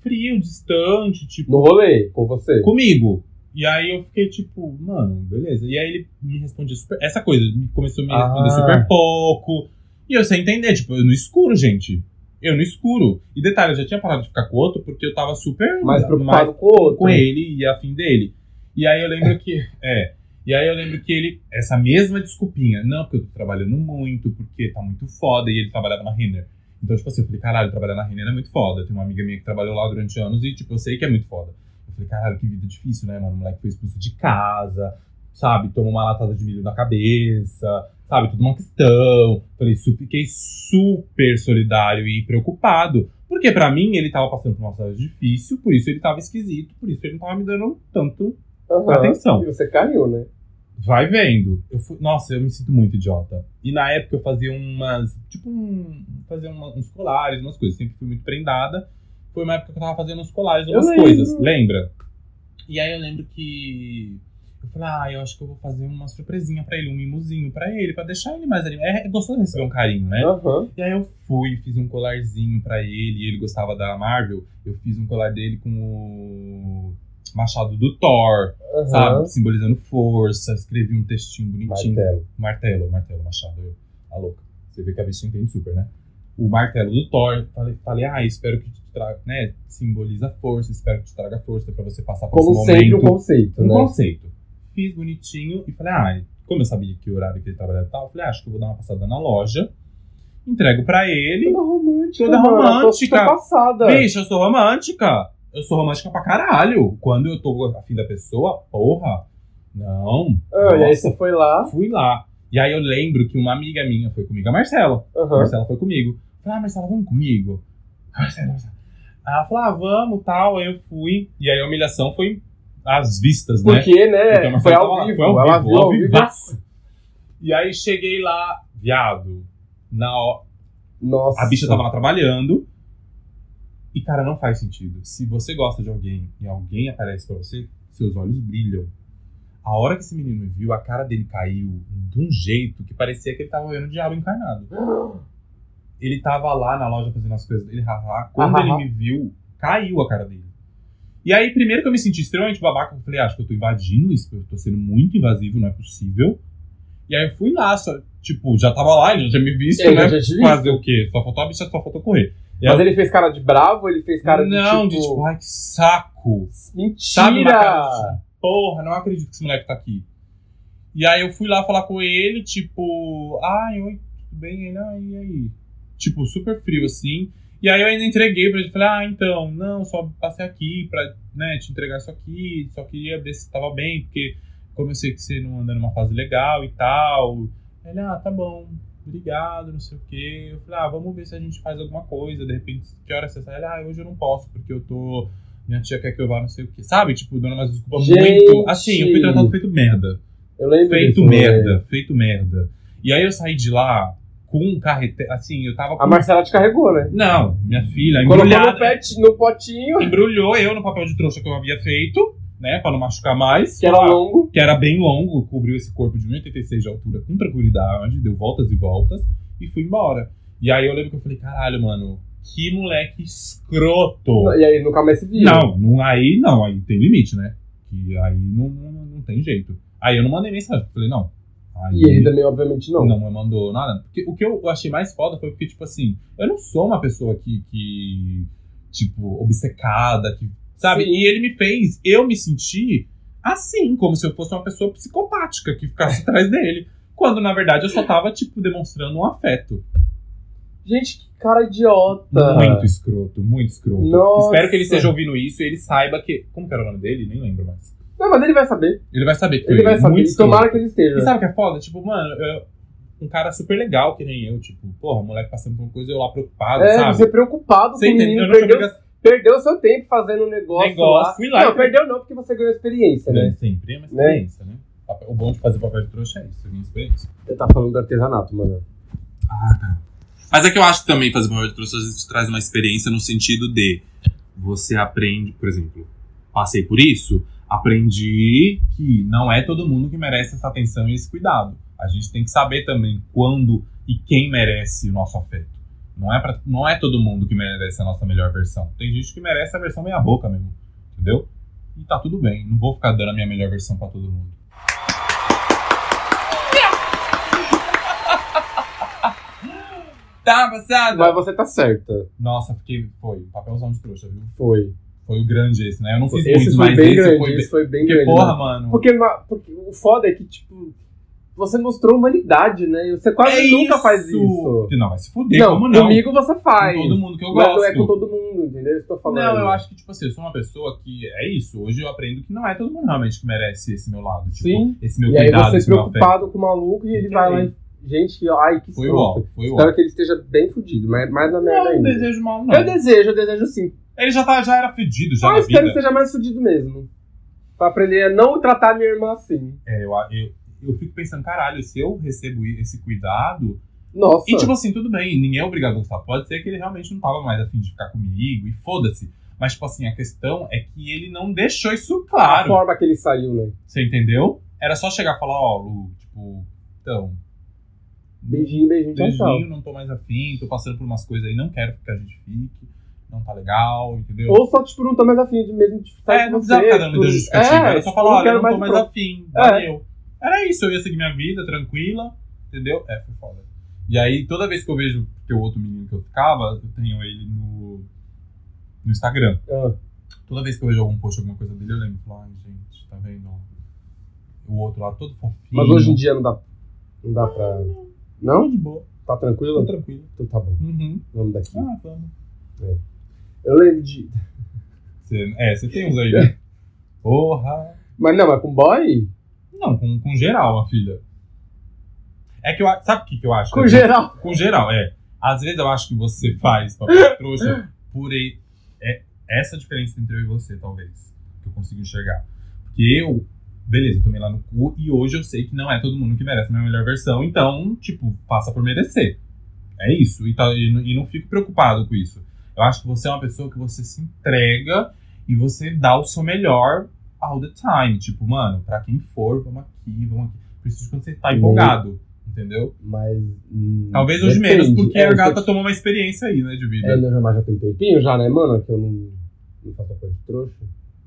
Speaker 2: frio, distante, tipo,
Speaker 1: No rolê, com você.
Speaker 2: comigo. E aí eu fiquei tipo, mano, beleza. E aí ele me respondia super. Essa coisa, me- começou a me responder
Speaker 1: Ah.
Speaker 2: super pouco. E eu sem entender, tipo, eu no escuro, gente. Eu no escuro. E detalhe, eu já tinha parado de ficar com o outro porque eu tava super.
Speaker 1: Mais preocupado com o outro.
Speaker 2: com ele e afim dele. E aí eu lembro que. É. E aí eu lembro que ele. Essa mesma desculpinha. Não, porque eu tô trabalhando muito, porque tá muito foda. E ele trabalhava na Renner. Então, tipo assim, eu falei, caralho, trabalhar na Renner é muito foda. Tem uma amiga minha que trabalhou lá durante anos e, tipo, eu sei que é muito foda. Eu falei, caralho, que vida difícil, né, mano? O moleque foi expulso de casa, sabe? Tomou uma latada de milho na cabeça, sabe? Tudo uma questão. Falei, su- fiquei super solidário e preocupado. Porque pra mim ele tava passando por uma fase difícil, por isso ele tava esquisito, por isso ele não tava me dando tanto.
Speaker 1: Aham.
Speaker 2: Atenção.
Speaker 1: E você caiu, né?
Speaker 2: Vai vendo. Eu fui- Nossa, eu me sinto muito idiota. E na época eu fazia umas. Tipo, um, fazia uma- uns colares, umas coisas. Sempre fui muito prendada. Foi uma época que eu tava fazendo uns colares,
Speaker 1: Eu
Speaker 2: umas
Speaker 1: lembro.
Speaker 2: coisas. Lembra? E aí eu lembro que. Eu falei, ah, eu acho que eu vou fazer uma surpresinha pra ele, um mimozinho pra ele, pra deixar ele mais animado. É, é gostoso receber um carinho, né?
Speaker 1: Aham.
Speaker 2: E aí eu fui, fiz um colarzinho pra ele, e ele gostava da Marvel. Eu fiz um colar dele com o machado do Thor,
Speaker 1: aham.
Speaker 2: sabe? Simbolizando força. Escrevi um textinho bonitinho.
Speaker 1: Martelo.
Speaker 2: Martelo, martelo, machado. eu- A louca. Você vê que a bicha entende super, né? O martelo do Thor. Falei, falei ah, espero que te traga, né? Simboliza força, espero que te traga força pra você passar por
Speaker 1: Como
Speaker 2: esse
Speaker 1: sempre, um
Speaker 2: momento
Speaker 1: conceito,
Speaker 2: um
Speaker 1: né?
Speaker 2: conceito. Fiz bonitinho e falei, ah, como eu sabia que horário que ele trabalhava e tal, eu falei, ah, acho que eu vou dar uma passada na loja entrego pra ele.
Speaker 1: Toda romântica.
Speaker 2: Toda
Speaker 1: mano, eu tô-
Speaker 2: romântica.
Speaker 1: Tô, passada.
Speaker 2: Bicho, eu sou romântica. Eu sou romântica pra caralho. Quando eu tô afim da pessoa, porra. Não.
Speaker 1: Ah, e aí
Speaker 2: Nossa,
Speaker 1: você foi lá.
Speaker 2: fui lá. E aí eu lembro que uma amiga minha foi comigo, a Marcela. A
Speaker 1: Aham.
Speaker 2: Marcela foi comigo. Falei, ah, Marcela, vamos comigo? A Marcela, Marcela. Aí Ela falou, ah, vamos, tal. Aí eu fui. E aí a humilhação foi às vistas, né?
Speaker 1: Porque,
Speaker 2: Porque a
Speaker 1: né?
Speaker 2: Marcela
Speaker 1: Foi ao
Speaker 2: tava-
Speaker 1: vivo.
Speaker 2: foi ao
Speaker 1: Ela
Speaker 2: vivo,
Speaker 1: viu
Speaker 2: ao
Speaker 1: ao vivo.
Speaker 2: vivaço. E aí cheguei lá, viado. Na hora,
Speaker 1: Nossa.
Speaker 2: a bicha tá tava lá trabalhando. E, cara, não faz sentido. Se você gosta de alguém e alguém aparece pra você, seus olhos brilham. A hora que esse menino me viu, a cara dele caiu de um jeito que parecia que ele tava vendo o diabo encarnado. Ele tava lá na loja fazendo as coisas dele, haha. Quando
Speaker 1: Ah,
Speaker 2: ele
Speaker 1: haha.
Speaker 2: me viu, caiu a cara dele. E aí, primeiro que eu me senti extremamente babaca, eu falei, "Ah, acho que eu tô invadindo isso, eu tô sendo muito invasivo, não é possível. E aí eu fui lá, só, tipo, já tava lá, ele já tinha me visto,
Speaker 1: Ele é
Speaker 2: né?
Speaker 1: já te viu?
Speaker 2: Fazer o quê? Só faltou a bicha, só faltou correr.
Speaker 1: Mas ele fez cara de bravo, ele fez cara
Speaker 2: não,
Speaker 1: de. Tipo...
Speaker 2: ai, que saco. Sabe uma cara
Speaker 1: Mentira!
Speaker 2: de, porra, não acredito que esse moleque tá aqui. E aí eu fui lá falar com ele, tipo, ai, oi, tudo bem? Ele, ai, e aí? Tipo, super frio, assim. E aí eu ainda entreguei pra ele, falei, ah, então, não, só passei aqui pra, né, te entregar isso aqui, só queria ver se tava bem, porque como eu sei que você não anda numa fase legal e tal. Ele, ah, tá bom, obrigado, não sei o quê. Eu falei, ah, vamos ver se a gente faz alguma coisa, de repente, que hora você sai? Ele, ah, hoje eu não posso, porque eu tô... Minha tia quer que eu vá, não sei o quê. Sabe? Tipo, dando umas desculpas muito...
Speaker 1: Gente!
Speaker 2: Assim, eu fui tratado feito merda.
Speaker 1: Eu lembro
Speaker 2: Feito
Speaker 1: disso, né?
Speaker 2: merda, feito merrada. E aí eu saí de lá com um carrete... Assim, eu tava com...
Speaker 1: A Marcela te carregou, né?
Speaker 2: Não, minha filha,
Speaker 1: Colocou no,
Speaker 2: embrulhada.
Speaker 1: pet, no potinho,
Speaker 2: Embrulhou eu no papel de trouxa que eu havia feito, né? Pra não machucar mais.
Speaker 1: que era
Speaker 2: Ah,
Speaker 1: longo.
Speaker 2: que era bem longo, cobriu esse corpo de 1,86 de altura com tranquilidade, deu voltas e voltas e fui embora. E aí eu lembro que eu falei, caralho, mano, que moleque escroto.
Speaker 1: E aí nunca mais se viu.
Speaker 2: Não, não, aí não, aí tem limite, né? Que aí não, não, não tem jeito. Aí eu não mandei mensagem, falei, não. Aí
Speaker 1: E ele também, obviamente, não.
Speaker 2: não me mandou nada. Porque o que eu achei mais foda foi porque, tipo assim, eu não sou uma pessoa que, que tipo, obcecada, que, sabe?
Speaker 1: Sim.
Speaker 2: E ele me fez, eu me senti assim, como se eu fosse uma pessoa psicopática que ficasse atrás dele. Quando, na verdade, eu só tava, tipo, demonstrando um afeto.
Speaker 1: Gente, que cara idiota.
Speaker 2: Muito escroto, muito escroto.
Speaker 1: Tá. Nossa.
Speaker 2: Espero que ele esteja ouvindo isso e ele saiba que... Como que era o nome dele? Nem lembro mais.
Speaker 1: Não, mas ele vai saber.
Speaker 2: Ele vai saber que foi
Speaker 1: Ele vai saber.
Speaker 2: Muito
Speaker 1: E
Speaker 2: escroto.
Speaker 1: tomara que ele esteja.
Speaker 2: E sabe o que é foda? Tipo, mano, eu- um cara super legal que nem eu, tipo, porra, moleque passando por uma coisa eu lá preocupado,
Speaker 1: É,
Speaker 2: sabe?
Speaker 1: você preocupado
Speaker 2: Você
Speaker 1: com o
Speaker 2: entende? Eu
Speaker 1: menino,
Speaker 2: não tinha
Speaker 1: perdeu,
Speaker 2: obrigação
Speaker 1: perdeu seu tempo fazendo um negócio,
Speaker 2: Negócio,
Speaker 1: lá.
Speaker 2: fui lá e-
Speaker 1: Não, perdeu não, porque você ganhou experiência, né?
Speaker 2: né? sempre, é uma experiência, né? O bom de fazer papel de trouxa é isso, é minha experiência.
Speaker 1: Eu tava tá falando do artesanato, mano.
Speaker 2: Mas é que eu acho que também fazer papel de trouxa às vezes te traz uma experiência no sentido de você aprende, por exemplo, passei por isso, aprendi que não é todo mundo que merece essa atenção e esse cuidado. A gente tem que saber também quando e quem merece o nosso afeto. Não é, pra, não é todo mundo que merece a nossa melhor versão. Tem gente que merece a versão meia boca mesmo, entendeu? E tá tudo bem, não vou ficar dando a minha melhor versão pra todo mundo. Tá passado?
Speaker 1: Mas você tá certa.
Speaker 2: Nossa, fiquei. Foi, um papelzão de trouxa, viu?
Speaker 1: Foi.
Speaker 2: Foi o grande esse, né? Eu não fiz muito,
Speaker 1: Esse foi
Speaker 2: mas
Speaker 1: bem
Speaker 2: esse
Speaker 1: grande,
Speaker 2: foi bem.
Speaker 1: esse foi bem
Speaker 2: Porque,
Speaker 1: grande.
Speaker 2: porra,
Speaker 1: mano.
Speaker 2: mano.
Speaker 1: Porque, ma- porque o foda é que, tipo, você mostrou humanidade, né? E Você quase
Speaker 2: é
Speaker 1: nunca
Speaker 2: isso.
Speaker 1: faz isso.
Speaker 2: Não, vai se fuder,
Speaker 1: não,
Speaker 2: como não?
Speaker 1: comigo você
Speaker 2: Com
Speaker 1: faz.
Speaker 2: todo mundo que eu
Speaker 1: mas
Speaker 2: gosto.
Speaker 1: não é com todo mundo, entendeu? Isso que eu tô falando.
Speaker 2: Não, eu acho que, tipo assim, eu sou uma pessoa que é isso. Hoje eu aprendo que não é todo mundo realmente que merece esse meu lado. Tipo,
Speaker 1: Sim.
Speaker 2: esse meu
Speaker 1: E aí
Speaker 2: cuidado,
Speaker 1: você
Speaker 2: esse meu afeto.
Speaker 1: preocupado com o maluco e ele
Speaker 2: Entendi.
Speaker 1: vai lá e. Gente, ai, que
Speaker 2: Foi
Speaker 1: escroto.
Speaker 2: o foi o
Speaker 1: Espero que ele esteja bem fudido, mas mais na merda
Speaker 2: Não, não
Speaker 1: ainda.
Speaker 2: desejo mal, não.
Speaker 1: Eu desejo, eu desejo sim.
Speaker 2: Ele já, tá, já era fedido, já
Speaker 1: Só
Speaker 2: na
Speaker 1: espero que
Speaker 2: vida.
Speaker 1: esteja mais fudido mesmo. Pra aprender a não tratar minha irmã assim.
Speaker 2: É, eu, eu, eu fico pensando, caralho, se eu recebo esse cuidado,
Speaker 1: Nossa.
Speaker 2: E tipo assim, tudo bem, ninguém é obrigado a gostar. Pode ser que ele realmente não tava mais afim de ficar comigo e foda-se. Mas, tipo assim, a questão é que ele não deixou isso
Speaker 1: a
Speaker 2: claro.
Speaker 1: forma que ele saiu, né?
Speaker 2: Você entendeu? Era só chegar e falar, ó, Lu, tipo, então. um
Speaker 1: Beijinho, beijinho, tchau, então, tchau.
Speaker 2: Beijinho, não tô mais afim, tô passando por umas coisas aí, não quero que a gente fique, não tá legal, entendeu?
Speaker 1: Ou só, tipo, não tô mais afim de mesmo de sair
Speaker 2: é,
Speaker 1: com
Speaker 2: não
Speaker 1: você.
Speaker 2: precisava ficar dando muita
Speaker 1: tipo,
Speaker 2: justificativa.
Speaker 1: é,
Speaker 2: era só
Speaker 1: tipo,
Speaker 2: falar, olha, eu não tô
Speaker 1: quero
Speaker 2: mais
Speaker 1: pro-
Speaker 2: afim,
Speaker 1: É.
Speaker 2: valeu. Era isso, eu ia seguir minha vida tranquila, entendeu? É, foi foda. E aí, toda vez que eu vejo que o outro menino que eu ficava, eu tenho ele no, no Instagram.
Speaker 1: Ah,
Speaker 2: Toda vez que eu vejo algum post, alguma coisa dele, eu lembro, falo, ai, gente, tá vendo? ó? O outro lá todo fofinho.
Speaker 1: Mas hoje em dia não dá, não dá pra.
Speaker 2: Tô
Speaker 1: Não?
Speaker 2: de boa.
Speaker 1: Tá
Speaker 2: Tô
Speaker 1: tranquilo?
Speaker 2: tranquilo.
Speaker 1: Então tá bom.
Speaker 2: Uhum.
Speaker 1: Vamos daqui.
Speaker 2: Ah, vamos.
Speaker 1: Eu lembro de.
Speaker 2: Cê- é, você tem uns aí, né? Porra.
Speaker 1: Mas não, mas com boy?
Speaker 2: Não, com, com geral, a filha. É que eu. a- Sabe o que, que eu acho?
Speaker 1: Com
Speaker 2: né?
Speaker 1: geral.
Speaker 2: Com geral, é. Às vezes eu acho que você faz papel trouxa por aí. É essa a diferença entre eu e você, talvez. Que eu consigo enxergar. Porque eu, beleza, eu tomei lá no cu e hoje eu sei que não é todo mundo que merece a minha melhor versão. Então, tipo, passa por merecer. É isso. E, tá- e não- e não fico preocupado com isso. Eu acho que você é uma pessoa que você se entrega e você dá o seu melhor all the time. Tipo, mano, pra quem for, vamos aqui, vamos aqui. Preciso quando você tá empolgado, entendeu?
Speaker 1: Mas. hum,
Speaker 2: Talvez hoje
Speaker 1: depende.
Speaker 2: menos, porque
Speaker 1: É,
Speaker 2: a
Speaker 1: eu
Speaker 2: gata
Speaker 1: tô-
Speaker 2: tomou uma experiência aí, né, de vida.
Speaker 1: É, não, mas já tem um tempinho já, né, mano? Que eu não, não faço a coisa de trouxa.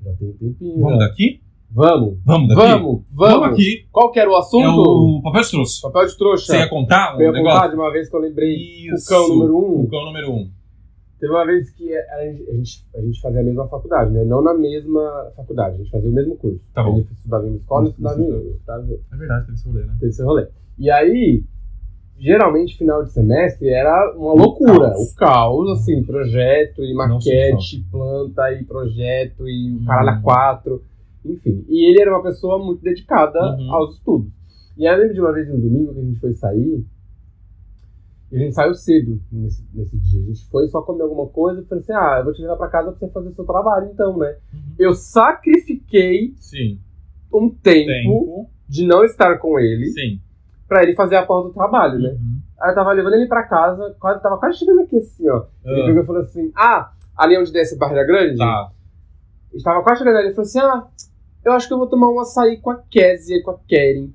Speaker 1: Já tem um tempinho.
Speaker 2: Vamos
Speaker 1: já.
Speaker 2: daqui?
Speaker 1: Vamos,
Speaker 2: Vamos daqui?
Speaker 1: vamos,
Speaker 2: Vamos
Speaker 1: vamos.
Speaker 2: aqui.
Speaker 1: Qual que era o assunto?
Speaker 2: É o papel de trouxa.
Speaker 1: Papel de trouxa.
Speaker 2: Você ia contar um
Speaker 1: Tá. Eu ia
Speaker 2: negócio?
Speaker 1: contar de uma vez que eu lembrei.
Speaker 2: Isso.
Speaker 1: Cucão número um.
Speaker 2: Cucão número um.
Speaker 1: Teve uma vez que a gente, a gente- a gente fazia a mesma faculdade, né? Não na mesma faculdade, a gente fazia o mesmo curso.
Speaker 2: Tá bom.
Speaker 1: Ele estudava em uma escola, eu estudava em outra, eu estudava em outra,
Speaker 2: É verdade, teve esse rolê, né?
Speaker 1: teve esse rolê. E aí, geralmente, final de semestre era uma loucura.
Speaker 2: caos.
Speaker 1: O caos, assim, projeto e
Speaker 2: Não sei
Speaker 1: maquete, planta e projeto e o
Speaker 2: Hum.
Speaker 1: caralho a quatro. Enfim, e ele era uma pessoa muito dedicada
Speaker 2: Uhum.
Speaker 1: aos estudos. E aí eu lembro de uma vez no domingo que a gente foi sair, e a gente saiu cedo nesse, nesse dia. A gente foi só comer alguma coisa e falei assim: ah, eu vou te levar pra casa pra você fazer o seu trabalho, então, né?
Speaker 2: Uhum.
Speaker 1: Eu sacrifiquei
Speaker 2: Sim.
Speaker 1: um tempo
Speaker 2: Tempo.
Speaker 1: de não estar com ele
Speaker 2: Sim.
Speaker 1: pra ele fazer a porra do trabalho, né?
Speaker 2: Uhum.
Speaker 1: Aí eu tava levando ele pra casa, quase, tava quase chegando aqui assim, ó. Ele
Speaker 2: Ah,
Speaker 1: pegou e falou assim: ah, ali onde desce a Barreira Grande?
Speaker 2: tá.
Speaker 1: Ele tava quase chegando ali. Ele falou assim: ah, eu acho que eu vou tomar um açaí com a Kézia e com a Keren.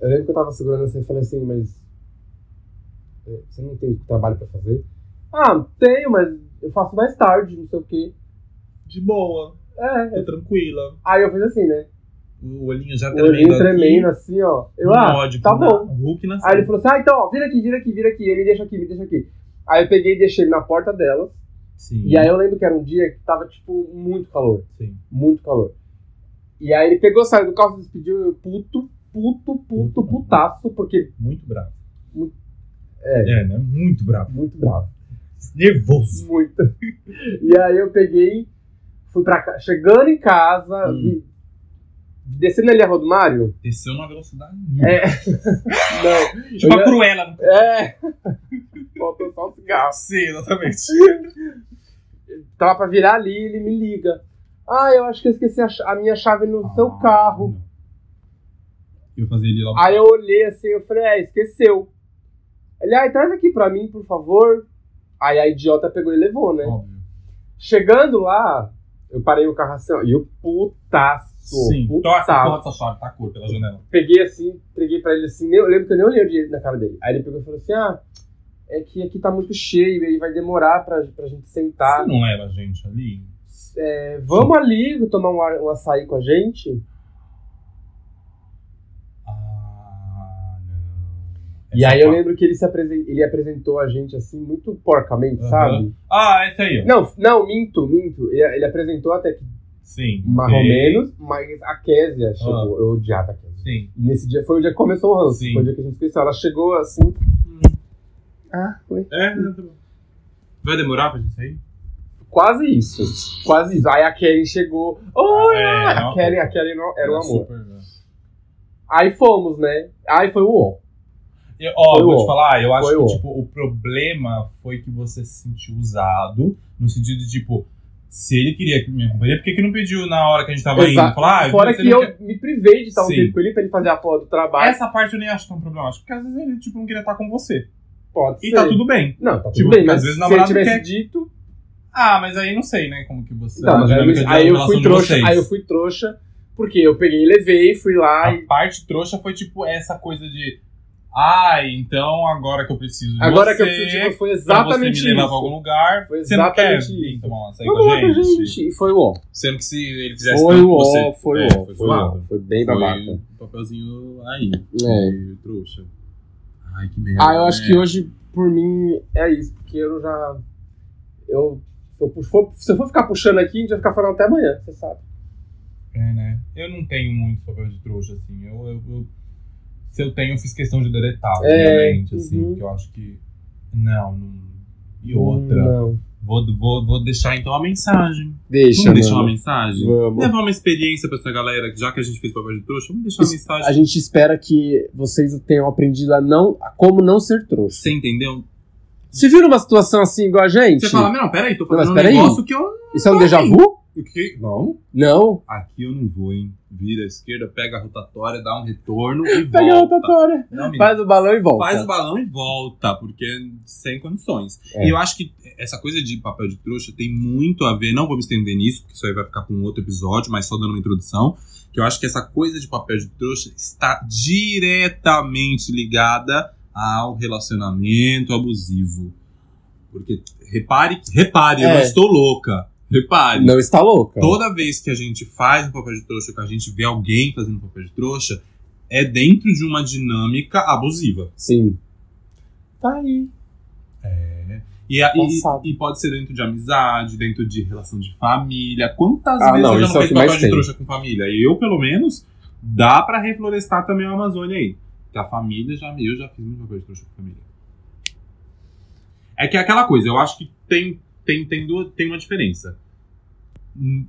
Speaker 1: Eu lembro que eu tava segurando assim e falei assim: mas. é, Você não tem trabalho pra fazer? Ah, tenho, mas eu faço mais tarde, não sei o quê. assim.
Speaker 2: De boa.
Speaker 1: É.
Speaker 2: Tô tranquila.
Speaker 1: Aí eu fiz assim, né?
Speaker 2: O olhinho já
Speaker 1: O
Speaker 2: tremendo.
Speaker 1: olhinho
Speaker 2: aqui.
Speaker 1: tremendo assim, ó. Eu,
Speaker 2: Um
Speaker 1: ah,
Speaker 2: ódio
Speaker 1: tá
Speaker 2: na-
Speaker 1: bom.
Speaker 2: Hulk na
Speaker 1: Aí ele falou assim: ah, então, ó, vira aqui, vira aqui, vira aqui. Ele me deixa aqui, me deixa aqui. Aí eu peguei e deixei ele na porta dela.
Speaker 2: Sim.
Speaker 1: E aí eu lembro que era um dia que tava, tipo, muito calor.
Speaker 2: Sim.
Speaker 1: muito calor. E aí ele pegou, saiu do carro, se despediu, eu puto, puto, puto, putaço, porque
Speaker 2: Muito bravo.
Speaker 1: Muito-
Speaker 2: É. né? Muito bravo.
Speaker 1: muito bravo,
Speaker 2: Nervoso.
Speaker 1: muito. E aí eu peguei, fui pra casa, chegando em casa,
Speaker 2: Hum.
Speaker 1: vi- descendo ali a rua do Mário,
Speaker 2: Desceu numa velocidade.
Speaker 1: É. não,
Speaker 2: Tipo
Speaker 1: Eu
Speaker 2: a
Speaker 1: ia-
Speaker 2: Cruella no
Speaker 1: é, faltou só um cigarro.
Speaker 2: Sim, exatamente.
Speaker 1: Tava pra virar ali, ele me liga. Ah, eu acho que eu esqueci a, cha- a minha chave no
Speaker 2: Ah.
Speaker 1: seu carro.
Speaker 2: Eu fazia ele lá.
Speaker 1: Aí eu olhei assim, eu falei, é, esqueceu. Ele, ai, traz aqui pra mim, por favor. Aí a idiota pegou e levou, né?
Speaker 2: Óbvio.
Speaker 1: Chegando lá, eu parei o carro assim, ó, e o putaço.
Speaker 2: Sim. Torce,
Speaker 1: putaço.
Speaker 2: torce Então, a chave, tá cor pela janela.
Speaker 1: Peguei assim, peguei pra ele assim, nem- eu lembro que eu nem olhei direito na cara dele. Aí ele pegou e falou assim, ah, é que aqui tá muito cheio, aí vai demorar pra, pra gente sentar.
Speaker 2: Você não leva a gente ali?
Speaker 1: É, vamos ali tomar um, ar- um açaí com a gente?
Speaker 2: Ah, não.
Speaker 1: E
Speaker 2: Essa
Speaker 1: aí eu
Speaker 2: parte.
Speaker 1: lembro que ele se apresen- ele apresentou a gente assim, muito porcamente,
Speaker 2: Aham.
Speaker 1: sabe?
Speaker 2: Ah, esse aí, ó.
Speaker 1: Não, não, minto, minto. Ele, ele apresentou até que
Speaker 2: Sim.
Speaker 1: mais ou
Speaker 2: ok. Ah.
Speaker 1: menos, mas a Kézia chegou. Eu odiava a Kézia.
Speaker 2: Sim.
Speaker 1: E nesse dia foi o dia que começou o ranço.
Speaker 2: Sim.
Speaker 1: Foi o dia que a gente esqueceu. Ela chegou assim. Ah, foi.
Speaker 2: É, tá bom. Vai demorar pra gente sair?
Speaker 1: Quase isso. Quase isso. Aí a Karen chegou. Oi!
Speaker 2: É,
Speaker 1: a,
Speaker 2: não,
Speaker 1: Karen, a Karen não- Ah, era um amor.
Speaker 2: super, né?
Speaker 1: Aí fomos, né? Aí foi o ó.
Speaker 2: Eu- Ó,
Speaker 1: Foi
Speaker 2: vou
Speaker 1: o-
Speaker 2: te falar, eu acho
Speaker 1: foi
Speaker 2: que,
Speaker 1: o-
Speaker 2: tipo, o problema foi que você se sentiu usado, no sentido de, tipo, se ele queria que me acompanhasse, por que que não pediu na hora que a gente tava
Speaker 1: Exato.
Speaker 2: indo? Falar, ah,
Speaker 1: Fora
Speaker 2: você
Speaker 1: que
Speaker 2: não
Speaker 1: eu
Speaker 2: quer-
Speaker 1: me privei de estar um
Speaker 2: Sim.
Speaker 1: tempo com ele pra ele fazer a porra do trabalho.
Speaker 2: Essa parte eu nem acho tão problemática, porque às vezes ele, tipo, não queria estar com você.
Speaker 1: Pode
Speaker 2: E
Speaker 1: ser.
Speaker 2: tá tudo bem.
Speaker 1: Não, tá tudo
Speaker 2: Tipo,
Speaker 1: bem,
Speaker 2: às
Speaker 1: mas
Speaker 2: vezes o
Speaker 1: se ele
Speaker 2: namorado
Speaker 1: tivesse
Speaker 2: quer-
Speaker 1: dito.
Speaker 2: Ah, mas aí não sei, né, como que você...
Speaker 1: Então,
Speaker 2: a
Speaker 1: mas aí,
Speaker 2: dinâmica
Speaker 1: eu-
Speaker 2: de
Speaker 1: aí eu
Speaker 2: relação
Speaker 1: fui
Speaker 2: de
Speaker 1: trouxa,
Speaker 2: vocês.
Speaker 1: aí eu fui trouxa, porque eu peguei, levei, fui lá e.
Speaker 2: A parte trouxa foi, tipo, essa coisa de... Ah, então agora que eu preciso de
Speaker 1: Agora
Speaker 2: você,
Speaker 1: que eu preciso de você, foi
Speaker 2: pra
Speaker 1: exatamente
Speaker 2: você me levar pra algum
Speaker 1: isso.
Speaker 2: lugar,
Speaker 1: Foi
Speaker 2: você não quer
Speaker 1: exatamente
Speaker 2: vir
Speaker 1: isso.
Speaker 2: tomar uma sair
Speaker 1: Vamos
Speaker 2: com
Speaker 1: lá
Speaker 2: a
Speaker 1: pra
Speaker 2: gente?
Speaker 1: gente. E foi o ó.
Speaker 2: Sendo que se ele fizesse
Speaker 1: Foi
Speaker 2: tanto
Speaker 1: o
Speaker 2: com você...
Speaker 1: ó, foi
Speaker 2: é,
Speaker 1: o ó. Foi o ó. Foi bem
Speaker 2: Foi
Speaker 1: babaca.
Speaker 2: um papelzinho aí,
Speaker 1: É.
Speaker 2: de trouxa. Ai, que merda,
Speaker 1: Ah, eu acho
Speaker 2: né?
Speaker 1: que hoje, por mim, é isso, porque eu já. Eu. Se eu, pu- for- se eu for ficar puxando aqui, a gente vai ficar falando até amanhã, você sabe.
Speaker 2: É, né? Eu não tenho muito papel de trouxa, assim. Eu, eu, eu Se eu tenho, eu fiz questão de deletar,
Speaker 5: É,
Speaker 2: obviamente, assim,
Speaker 5: uhum.
Speaker 2: porque eu acho que. Não, não. E outra.
Speaker 1: Hum,
Speaker 5: Não.
Speaker 2: Vou, vou, vou deixar então uma mensagem.
Speaker 1: Deixa,
Speaker 2: vamos deixar
Speaker 1: mano.
Speaker 2: uma mensagem?
Speaker 1: Vamos.
Speaker 2: Levar uma experiência pra essa galera, já que a gente fez papel de trouxa, vamos deixar uma
Speaker 1: Isso,
Speaker 2: mensagem.
Speaker 1: A gente espera que vocês tenham aprendido a não a como não ser trouxa.
Speaker 2: Você entendeu?
Speaker 1: Se viram uma situação assim igual a gente?
Speaker 2: Você fala, não, peraí, tô
Speaker 1: Não, mas
Speaker 2: fazendo um
Speaker 1: peraí.
Speaker 2: negócio que eu.
Speaker 1: Isso é um déjà vu?
Speaker 2: o que- Não.
Speaker 1: Não.
Speaker 2: Aqui eu não vou, hein? Vira à esquerda, pega a rotatória, dá um retorno e volta.
Speaker 1: Pega a rotatória.
Speaker 2: Não, menina.
Speaker 1: Faz o balão e volta.
Speaker 2: Faz o balão e volta, porque sem condições.
Speaker 1: É.
Speaker 2: E eu acho que essa coisa de papel de trouxa tem muito a ver, não vou me estender nisso, porque isso aí vai ficar para um outro episódio, mas só dando uma introdução, que eu acho que essa coisa de papel de trouxa está diretamente ligada ao relacionamento abusivo. Porque repare, repare, eu
Speaker 1: É.
Speaker 2: não estou louca. Repare.
Speaker 1: Não está louca.
Speaker 2: Toda vez que a gente faz um papel de trouxa, que a gente vê alguém fazendo um papel de trouxa, é dentro de uma dinâmica abusiva.
Speaker 1: Sim. Tá aí.
Speaker 2: E, a- e-
Speaker 1: Passado.
Speaker 2: e pode ser dentro de amizade, dentro de relação de família. Quantas
Speaker 1: Ah,
Speaker 2: vezes
Speaker 1: não,
Speaker 2: eu já
Speaker 1: isso
Speaker 2: não
Speaker 1: é o
Speaker 2: fiz
Speaker 1: que
Speaker 2: papel
Speaker 1: mais
Speaker 2: de
Speaker 1: tem.
Speaker 2: trouxa com família? Eu, pelo menos, dá pra reflorestar também a Amazônia aí. Porque a família já. Eu já fiz muito papel de trouxa com família. É que é aquela coisa, eu acho que tem, tem, tem, duas, tem uma diferença. Hum,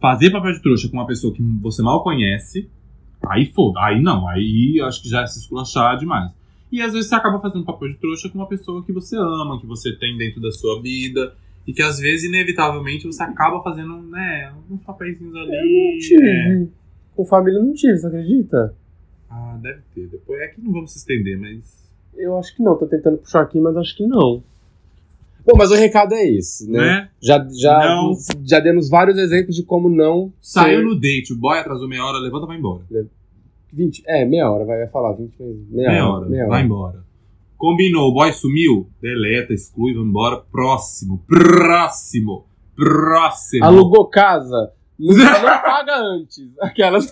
Speaker 2: Fazer papel de trouxa com uma pessoa que você mal conhece, aí foda, aí não, aí eu acho que já é se esculachar demais. E às vezes você acaba fazendo papel de trouxa com uma pessoa que você ama, que você tem dentro da sua vida. E que às vezes, inevitavelmente, você acaba fazendo, né, uns papeizinhos ali.
Speaker 1: Eu não
Speaker 2: é.
Speaker 1: tive. Com família eu não tive, você acredita?
Speaker 2: Ah, deve ter. Depois é que não vamos se estender, mas.
Speaker 1: Eu acho que não. Tô tentando puxar aqui, mas acho que não. Bom, mas o recado é esse, né?
Speaker 2: Né?
Speaker 1: Já, já,
Speaker 2: Não.
Speaker 1: já demos vários exemplos de como não
Speaker 2: Saiu
Speaker 1: ser-
Speaker 2: no date, o boy atrasou meia hora, levanta e vai embora.
Speaker 1: 20, é, meia hora, vai vai falar 20 minutos. Meia,
Speaker 2: meia hora,
Speaker 1: meia
Speaker 2: vai
Speaker 1: hora.
Speaker 2: embora. Combinou, o boy sumiu, deleta, exclui, vai embora. Próximo, próximo, próximo.
Speaker 1: Alugou casa, não, não paga antes. Aquelas.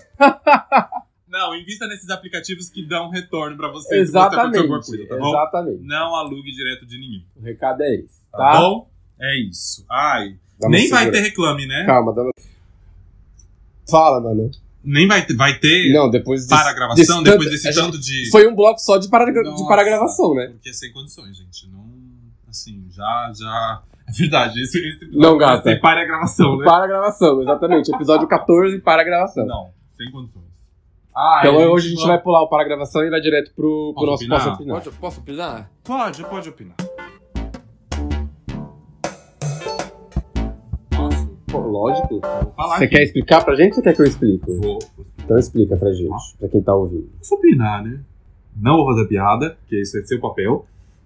Speaker 2: Não, invista nesses aplicativos que dão retorno pra você. se você aconteceu
Speaker 1: Exatamente.
Speaker 2: alguma coisa, tá bom?
Speaker 1: exatamente.
Speaker 2: Não alugue direto de ninguém,
Speaker 1: O recado é esse,
Speaker 2: tá,
Speaker 1: tá?
Speaker 2: bom? É isso. Ai,
Speaker 1: Dá uma
Speaker 2: nem vai
Speaker 1: segura- Tá.
Speaker 2: ter reclame, né?
Speaker 1: Calma, dá uma... Fala, mano.
Speaker 2: Nem vai ter, vai ter
Speaker 1: Não, depois disso.
Speaker 2: para a gravação,
Speaker 1: desse
Speaker 2: depois
Speaker 1: tanto-
Speaker 2: desse
Speaker 1: a gente-
Speaker 2: tanto de...
Speaker 1: Foi um bloco só de para, de
Speaker 2: Nossa,
Speaker 1: para gravação, né?
Speaker 2: Porque sem condições, gente. Não, assim, já, já... É verdade, esse, esse
Speaker 1: Não, gata.
Speaker 2: Sem para a gravação, né?
Speaker 1: Para a gravação, exatamente. Episódio 14, para a gravação.
Speaker 2: Não, sem condições. Ah,
Speaker 1: Então hoje a gente vai pular o para a gravação e vai direto pro, pro
Speaker 2: Posso
Speaker 1: nosso
Speaker 2: opinar?
Speaker 1: Posso Opinar.
Speaker 6: Pode, posso opinar?
Speaker 2: Pode, pode opinar.
Speaker 1: Pô, lógico.
Speaker 2: Vou falar
Speaker 1: Você
Speaker 2: aqui.
Speaker 1: quer explicar pra gente ou você quer que eu explique?
Speaker 2: Vou
Speaker 1: Então explica pra gente, pra quem tá ouvindo.
Speaker 2: posso opinar, né? Não vou fazer piada, porque isso é seu papel.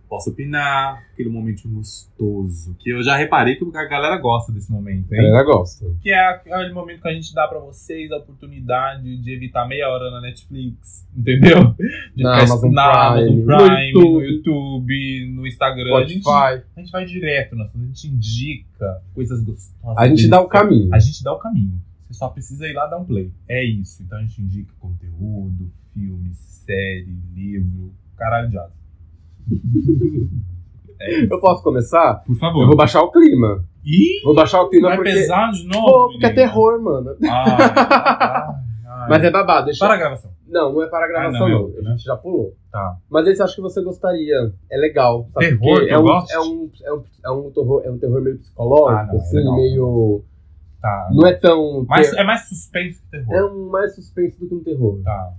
Speaker 2: Posso opinar, aquele momento gostoso, que eu já reparei que a galera gosta desse momento,
Speaker 1: A
Speaker 2: hein?
Speaker 1: galera gosta.
Speaker 2: Que é aquele momento que a gente dá pra vocês a oportunidade de evitar meia hora na Netflix, entendeu? De
Speaker 5: Na
Speaker 2: ficar
Speaker 5: Amazon
Speaker 2: na
Speaker 5: Prime,
Speaker 2: Amazon Prime,
Speaker 5: no
Speaker 2: no YouTube, no Instagram. A gente,
Speaker 5: Spotify.
Speaker 2: a gente vai direto, nossa, a gente indica coisas gostosas.
Speaker 1: A gente dá o
Speaker 2: deliciosas.
Speaker 1: caminho.
Speaker 2: A gente dá o caminho. Você só precisa ir lá dar um play. É isso. Então a gente indica conteúdo, filme, série, livro, caralho de asa.
Speaker 1: Eu posso começar?
Speaker 2: Por
Speaker 1: Eu
Speaker 2: favor.
Speaker 1: vou baixar o clima.
Speaker 2: Ih,
Speaker 1: Vou baixar o clima
Speaker 2: vai
Speaker 1: porque.
Speaker 2: pesar de novo?
Speaker 1: Vou, porque é
Speaker 2: menina?
Speaker 1: terror, mano.
Speaker 2: Ai, ai, ai.
Speaker 1: Mas é babado, deixa
Speaker 2: Ah, Para a gravação.
Speaker 1: Não, não é para a gravação,
Speaker 2: Ah, não, é
Speaker 1: não.
Speaker 2: outro,
Speaker 1: A gente já pulou.
Speaker 2: Tá.
Speaker 1: Mas esse eu acho que você gostaria. É legal. Sabe?
Speaker 2: Terror,
Speaker 1: Porque
Speaker 2: tu
Speaker 1: é, um,
Speaker 2: gosta?
Speaker 1: é, um, é, um, é um terror, é um terror meio psicológico,
Speaker 2: Ah, não, é
Speaker 1: assim,
Speaker 2: legal.
Speaker 1: meio.
Speaker 2: Tá.
Speaker 1: Não é tão.
Speaker 2: mais, é mais suspense que terror.
Speaker 1: É um mais suspense do que um terror.
Speaker 2: Tá.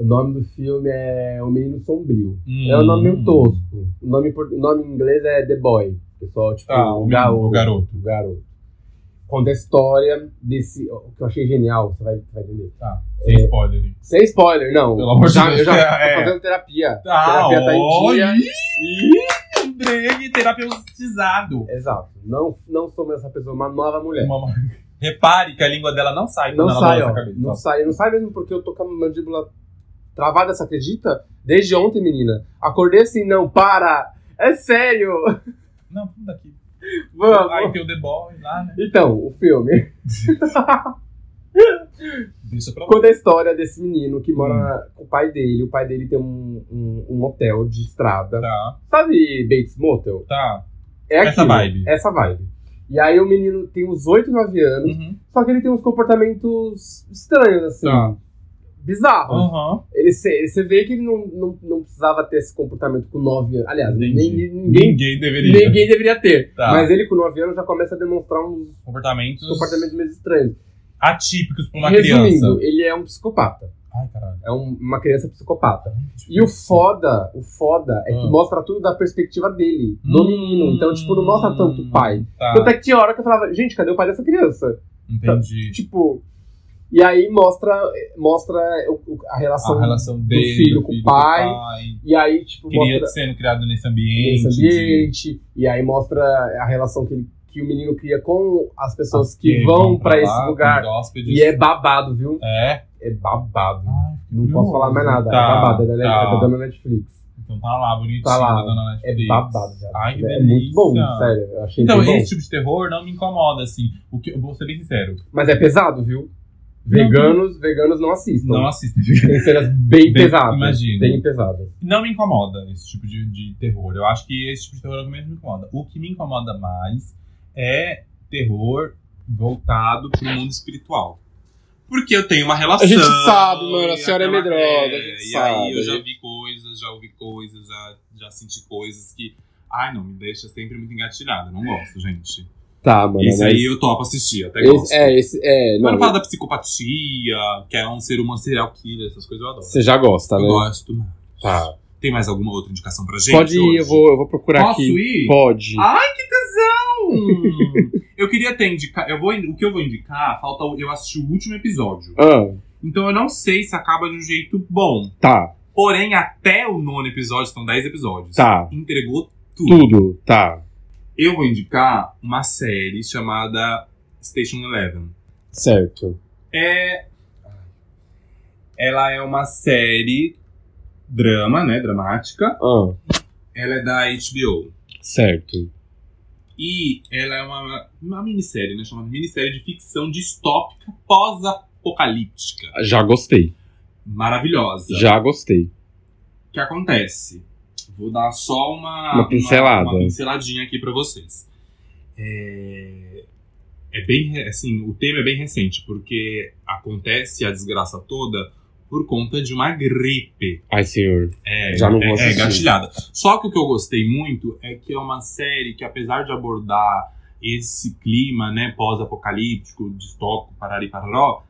Speaker 1: O nome do filme é O Menino Sombrio.
Speaker 2: Hum.
Speaker 1: É um nome meio tosco. O nome, em por- o nome em inglês é The Boy. que é só, tipo,
Speaker 2: Tá, o menino, o garoto.
Speaker 1: o garoto. Conta a história desse. O que eu achei genial, você vai, vai entender.
Speaker 2: Tá.
Speaker 1: É.
Speaker 2: Sem spoiler, hein?
Speaker 1: Sem spoiler, não.
Speaker 2: Pelo amor de
Speaker 1: já,
Speaker 2: Deus,
Speaker 1: Eu já
Speaker 2: é.
Speaker 1: tô fazendo terapia.
Speaker 2: Tá,
Speaker 1: terapia tá em dia.
Speaker 2: Ih, é um drag terapeutizado.
Speaker 1: Exato. Não, não sou mais essa pessoa, uma nova mulher.
Speaker 2: Uma- Repare que a língua dela não sai
Speaker 1: É. Não
Speaker 2: quando ela
Speaker 1: sai,
Speaker 2: balança
Speaker 1: ó.
Speaker 2: a cabeça.
Speaker 1: Não sai. Não sai mesmo porque eu tô com a mandíbula travada, você acredita? Desde ontem, menina. Acordei assim, não, para! É sério!
Speaker 2: Não, vamos daqui.
Speaker 1: Vamos!
Speaker 2: Aí tem o The Boy lá, né?
Speaker 1: Então, o filme.
Speaker 2: Deixa pra lá.
Speaker 1: Conta a história desse menino que mora
Speaker 2: Hum.
Speaker 1: com o pai dele. O pai dele tem um, um, um hotel de estrada.
Speaker 2: Tá,
Speaker 1: Sabe Bates Motel?
Speaker 2: tá.
Speaker 1: É
Speaker 2: Essa
Speaker 1: aquilo,
Speaker 2: vibe.
Speaker 1: Essa vibe. E aí o menino tem uns 8, 9 anos,
Speaker 2: Uhum.
Speaker 1: só que ele tem uns comportamentos estranhos, assim.
Speaker 2: Tá.
Speaker 1: bizarros.
Speaker 2: Aham.
Speaker 1: Ele, cê- você vê que ele não, não, não precisava ter esse comportamento com 9 anos. Aliás, nem,
Speaker 2: Entendi.
Speaker 1: ninguém,
Speaker 2: Ninguém deveria.
Speaker 1: ninguém deveria ter.
Speaker 2: Tá.
Speaker 1: Mas ele com 9 anos já começa a demonstrar uns
Speaker 2: Comportamentos
Speaker 1: comportamentos meio estranhos.
Speaker 2: atípicos pra uma
Speaker 1: Resumindo,
Speaker 2: criança.
Speaker 1: ele é um psicopata.
Speaker 2: Ai, caralho.
Speaker 1: É um- uma criança psicopata. E o foda, o foda é que
Speaker 2: Ah.
Speaker 1: mostra tudo da perspectiva dele, do
Speaker 2: Hum.
Speaker 1: menino. Então, tipo, não mostra tanto o pai.
Speaker 2: Tá,
Speaker 1: Tanto é que tinha hora que eu falava, gente, cadê o pai dessa criança?
Speaker 2: entendi.
Speaker 1: Tipo. E aí mostra, mostra o- o- a relação.
Speaker 2: A relação dele,
Speaker 1: filho com o pai. E aí, tipo,
Speaker 2: Queria
Speaker 1: mostra
Speaker 2: sendo criado nesse ambiente.
Speaker 1: esse
Speaker 2: de-
Speaker 1: ambiente. E aí mostra a relação que, ele- que o menino cria com as pessoas
Speaker 2: Ok,
Speaker 1: que vão pra
Speaker 2: lá,
Speaker 1: esse
Speaker 2: com
Speaker 1: lugar.
Speaker 2: os hóspedes.
Speaker 1: E é babado, viu?
Speaker 2: É?
Speaker 1: É babado.
Speaker 2: Ai,
Speaker 1: Não
Speaker 2: curioso.
Speaker 1: posso falar mais nada.
Speaker 2: Tá,
Speaker 1: é babado. Ela é
Speaker 2: tá.
Speaker 1: tá dando na Netflix.
Speaker 2: Então tá lá, bonitinho.
Speaker 1: Tá lá.
Speaker 2: dona
Speaker 1: É
Speaker 2: Netflix.
Speaker 1: babado, já.
Speaker 2: Ai, que
Speaker 1: é
Speaker 2: delícia.
Speaker 1: muito bom, sério. Eu achei
Speaker 2: Então,
Speaker 1: muito bom.
Speaker 2: esse tipo de terror não me incomoda, assim. O que, eu vou ser bem sincero.
Speaker 1: Mas é pesado, viu? Veganos, veganos não assistam.
Speaker 2: Não assistem.
Speaker 1: Tem cenas bem,
Speaker 2: Bem-
Speaker 1: pesadas.
Speaker 2: imagino.
Speaker 1: Bem pesadas.
Speaker 2: Não me incomoda esse tipo de, de terror. Eu acho que esse tipo de terror realmente me incomoda. O que me incomoda mais é terror voltado pro mundo espiritual. Porque eu tenho uma relação.
Speaker 3: A gente sabe, mano, a
Speaker 2: e
Speaker 3: senhora é
Speaker 2: aquela-
Speaker 3: medrosa, a gente
Speaker 2: e
Speaker 3: sabe.
Speaker 2: aí eu já vi coisas, já ouvi coisas, já, já senti coisas que. Ai, não, me deixa sempre muito engatilhado. Não gosto, gente.
Speaker 3: Tá, mano.
Speaker 2: Isso
Speaker 3: mas-
Speaker 2: aí eu topo assistir, até gosto.
Speaker 3: Esse, é, esse, é,
Speaker 2: Quando
Speaker 3: não,
Speaker 2: fala da psicopatia, que é um ser humano serial killer, essas coisas eu adoro.
Speaker 3: você já gosta,
Speaker 2: eu
Speaker 3: né?
Speaker 2: gosto. mas-
Speaker 3: Tá.
Speaker 2: Tem mais alguma outra indicação pra gente?
Speaker 3: Pode ir,
Speaker 2: hoje?
Speaker 3: eu vou, eu vou procurar
Speaker 2: Posso
Speaker 3: aqui.
Speaker 2: ir?
Speaker 3: Pode.
Speaker 2: Ai, que tesão! Hum. eu queria até indicar. Eu vou, o que eu vou indicar, falta. o- Eu assisti o último episódio.
Speaker 3: Ah,
Speaker 2: Então eu não sei se acaba de um jeito bom.
Speaker 3: tá,
Speaker 2: Porém, até o nono episódio, são 10 episódios.
Speaker 3: tá.
Speaker 2: Entregou tudo.
Speaker 3: Tudo, tá.
Speaker 2: Eu vou indicar uma série chamada Station Eleven.
Speaker 3: Certo.
Speaker 2: É. Ela é uma série drama, né? Dramática.
Speaker 3: Ah,
Speaker 2: Ela é da HBO.
Speaker 3: certo.
Speaker 2: E ela é uma, uma minissérie, né? Chamada minissérie de ficção distópica pós-apocalíptica.
Speaker 3: Já gostei.
Speaker 2: Maravilhosa.
Speaker 3: Já gostei.
Speaker 2: O que acontece? Vou dar só uma,
Speaker 3: Uma pincelada.
Speaker 2: uma pinceladinha aqui pra vocês. É, é bem re- assim, o tema é bem recente, porque acontece a desgraça toda por conta de uma gripe.
Speaker 3: Ai, senhor.
Speaker 2: É,
Speaker 3: Já não vou
Speaker 2: é- é,
Speaker 3: assistir.
Speaker 2: gatilhada. Só que o que eu gostei muito é que é uma série que, apesar de abordar esse clima, né, pós-apocalíptico, distópico, parari pararó,